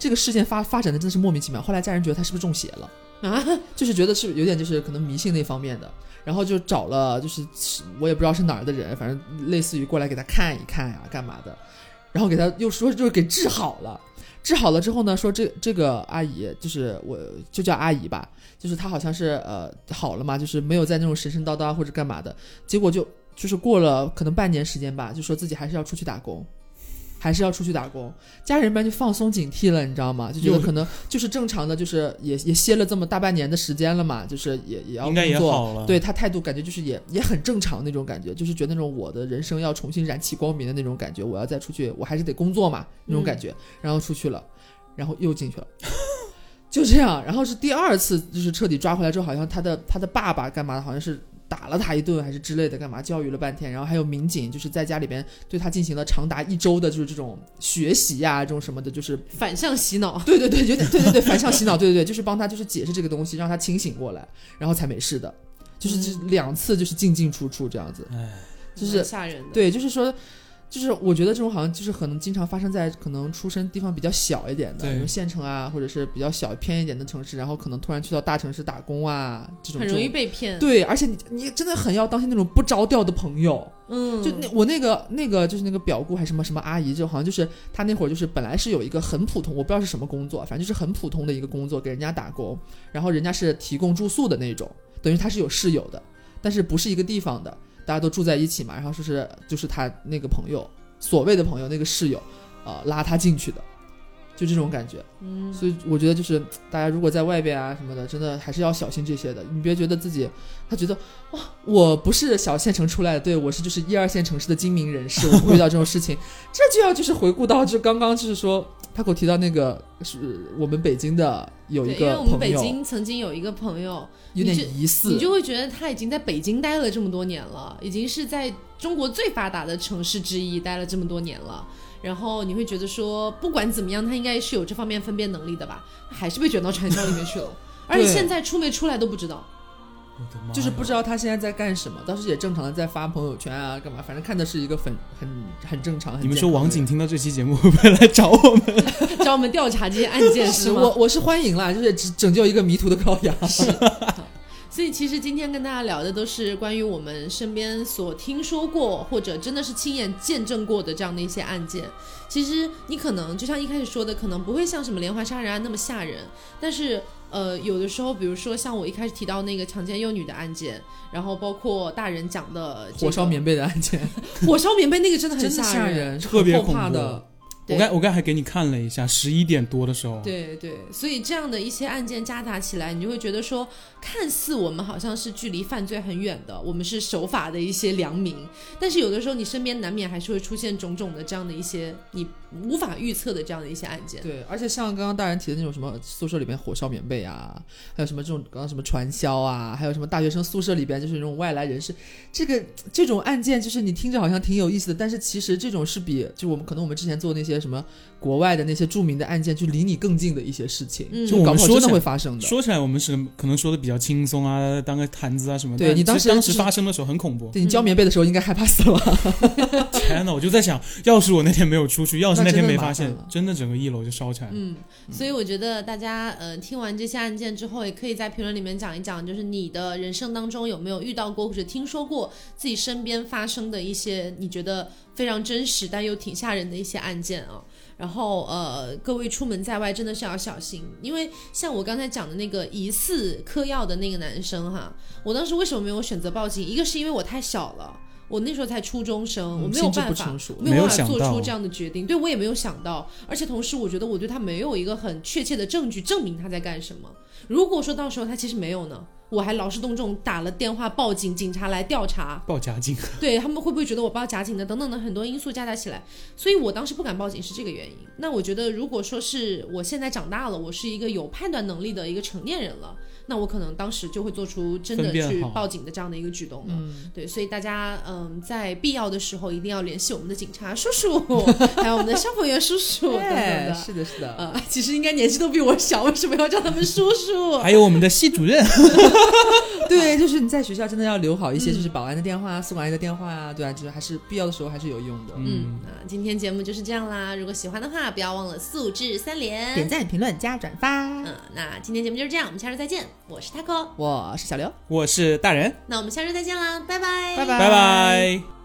B: 这个事件发发展的真的是莫名其妙，后来家人觉得他是不是中邪了，
A: 啊，
B: 就是觉得是有点就是可能迷信那方面的，然后就找了就是我也不知道是哪儿的人，反正类似于过来给他看一看呀、干嘛的，然后给他又说就是给治好了。治好了之后呢，说这这个阿姨就是我就叫阿姨吧，就是她好像是呃好了嘛，就是没有在那种神神叨叨或者干嘛的，结果就就是过了可能半年时间吧，就说自己还是要出去打工，还是要出去打工，家人们就放松警惕了，你知道吗？就觉得
C: 有
B: 可能就是正常的，就是也也歇了这么大半年的时间了嘛，就是也也要
C: 应该也
B: 工作
C: 好了。
B: 对他态度感觉就是也也很正常那种感觉，就是觉得那种我的人生要重新燃起光明的那种感觉，我要再出去，我还是得工作嘛那种感
C: 嗯
B: 觉，然后出去了，然后又进去了。 <laughs> 就这样，然后是第二次，就是彻底抓回来之后，好像他的他的爸爸干嘛，好像是打了他一顿还是之类的，干嘛教育了半天，然后还有民警就是在家里边对他进行了长达一周的，就是这种学习呀、这种什么的，就是
A: 反向洗脑，
B: 对对对，有点对对对，反向洗脑，对对对，就是帮他就是解释这个东西，让他清醒过来，然后才没事的。
A: 嗯
B: 就是这两次就是进进出出这样子，
C: 哎，
B: 就是
A: 蛮吓人的。
B: 对，就是说，就是我觉得这种好像就是可能经常发生在可能出生地方比较小一点的，
C: 对
B: 比如县城啊，或者是比较小偏一点的城市，然后可能突然去到大城市打工啊，这种
A: 很容易
B: 这种
A: 被骗。，
B: 对，而且你你真的很要当心那种不着调的朋友，
A: 嗯，
B: 就那我那个那个就是那个表姑还什么什么阿姨，就好像就是她那会儿就是本来是有一个很普通，我不知道是什么工作，反正就是很普通的一个工作，给人家打工，然后人家是提供住宿的那种，等于她是有室友的，但是不是一个地方的，大家都住在一起嘛，然后说是就是她那个朋友，所谓的朋友那个室友，呃，拉她进去的，就这种感觉。
A: 嗯，
B: 所以我觉得就是大家如果在外边啊什么的，真的还是要小心这些的。你别觉得自己，他觉得哇，我不是小县城出来的，对我是就是一二线城市的精明人士，我不会遇到这种事情。 <laughs> 这就要就是回顾到就刚刚就是说，他给我提到那个是我们北京的有一
A: 对，因为
B: 个
A: 我们
B: 朋
A: 北
B: 友，
A: 京曾经有一个朋友，
B: 有
A: 你
B: 点疑似
A: 你，就会觉得他已经在北京待了这么多年了，已经是在中国最发达的城市之一待了这么多年了。然后你会觉得说，不管怎么样，他应该是有这方面分辨能力的吧？他还是被卷到传销里面去了，而且现在出没出来都不知道。
C: 我的妈呀，
B: 就是不知道他现在在干什么，倒是也正常的在发朋友圈啊，干嘛，反正看的是一个很很很正常。很
C: 你们
B: 健
C: 说
B: 康的
C: 王
B: 人
C: 景听到这期节目 <laughs> 会不会来找
B: <laughs>
C: 我们？
A: 找我们调查这些案件是吗？
B: 我我是欢迎啦，就是只拯救一个迷途的羔羊。
A: 所以其实今天跟大家聊的都是关于我们身边所听说过或者真的是亲眼见证过的这样的一些案件。其实你可能就像一开始说的，可能不会像什么连环杀人啊案那么吓人，但是呃，有的时候，比如说像我一开始提到那个强奸幼女的案件，然后包括大人讲的、这个、
B: <laughs> 火烧棉被的案件，
A: 火烧棉被那个真的很
B: 真的吓
A: 吓
B: 人，
C: 特别
B: 很后怕
C: 恐怖
B: 的。
A: 对
C: 我刚我刚还给你看了一下，十一点多的时候，
A: 对对，所以这样的一些案件夹杂起来，你就会觉得说，看似我们好像是距离犯罪很远的，我们是守法的一些良民，但是有的时候你身边难免还是会出现种种的这样的一些你无法预测的这样的一些案件。
B: 对，而且像刚刚大人提的那种什么宿舍里面火烧棉被啊，还有什么这种刚刚什么传销啊，还有什么大学生宿舍里边就是那种外来人士，这个这种案件就是你听着好像挺有意思的，但是其实这种是比就我们可能我们之前做那些什么国外的那些著名的案件，就离你更近的一些事情，
A: 嗯
B: 就搞不好
C: 就我们说
B: 真
C: 起
B: 的
C: 来
B: 会发生的。
C: 说起来我们是可能说的比较轻松啊，当个谈资啊什么的。
B: 对
C: 但
B: 你当
C: 其实
B: 时
C: 当
B: 就
C: 时
B: 是
C: 发生的时候很恐怖。
B: 对你交棉被的时候应该害怕死了。
C: 天呐，我就在想，要是我那天没有出去，要是
B: 那
C: 那
B: 真
C: 天
B: 的
C: 没
B: 麻
C: 发
B: 烦
C: 现
B: 了，
C: 真的整个一楼就烧起来了。
A: 嗯，所以我觉得大家呃听完这些案件之后，也可以在评论里面讲一讲，就是你的人生当中有没有遇到过或者听说过自己身边发生的一些你觉得非常真实但又挺吓人的一些案件啊。然后呃，各位出门在外真的是要小心，因为像我刚才讲的那个疑似嗑药的那个男生哈，我当时为什么没有选择报警？一个是因为我太小了。我那时候才初中生，我没有
B: 心智
A: 办
B: 不
A: 法
B: 成，熟
A: 没有办
C: 没有
A: 法
C: 想
A: 做
C: 到
A: 出这样的决定，对我也没有想到。而且同时，我觉得我对他没有一个很确切的证据证明他在干什么。如果说到时候他其实没有呢，我还劳师动众打了电话报警，警察来调查，
C: 报假警，
A: 对他们会不会觉得我报假警的等等的很多因素加加起来，所以我当时不敢报警是这个原因。那我觉得，如果说是我现在长大了，我是一个有判断能力的一个成年人了，那我可能当时就会做出真的
C: 分辨
A: 去
C: 好
A: 报警的这样的一个举动了。对，所以大家嗯，在必要的时候一定要联系我们的警察叔叔，还有我们的消防员叔
B: <laughs>
A: 叔 <laughs> 等等
B: 哎，
A: 的。
B: 是的，是的。
C: 嗯
A: 呃，其实应该年纪都比我小，为什么要叫他们叔叔？
C: <laughs> 还有我们的系主任，
B: 对，就是你在学校真的要留好一些，
C: 嗯
B: 就是保安的电话、啊、宿管阿姨的电话啊，对啊，就是还是必要的时候还是有用的。
A: 嗯啊，今天节目就是这样啦。如果喜欢的话，不要忘了素质三连。
B: 赞、评论、加转发。
A: 嗯，那今天节目就是这样，我们下周再见。我是 Taco，
C: 哎
B: 我是小刘，
C: 我是大人，
A: 那我们下周再见啦，拜拜，
B: 拜
C: 拜拜。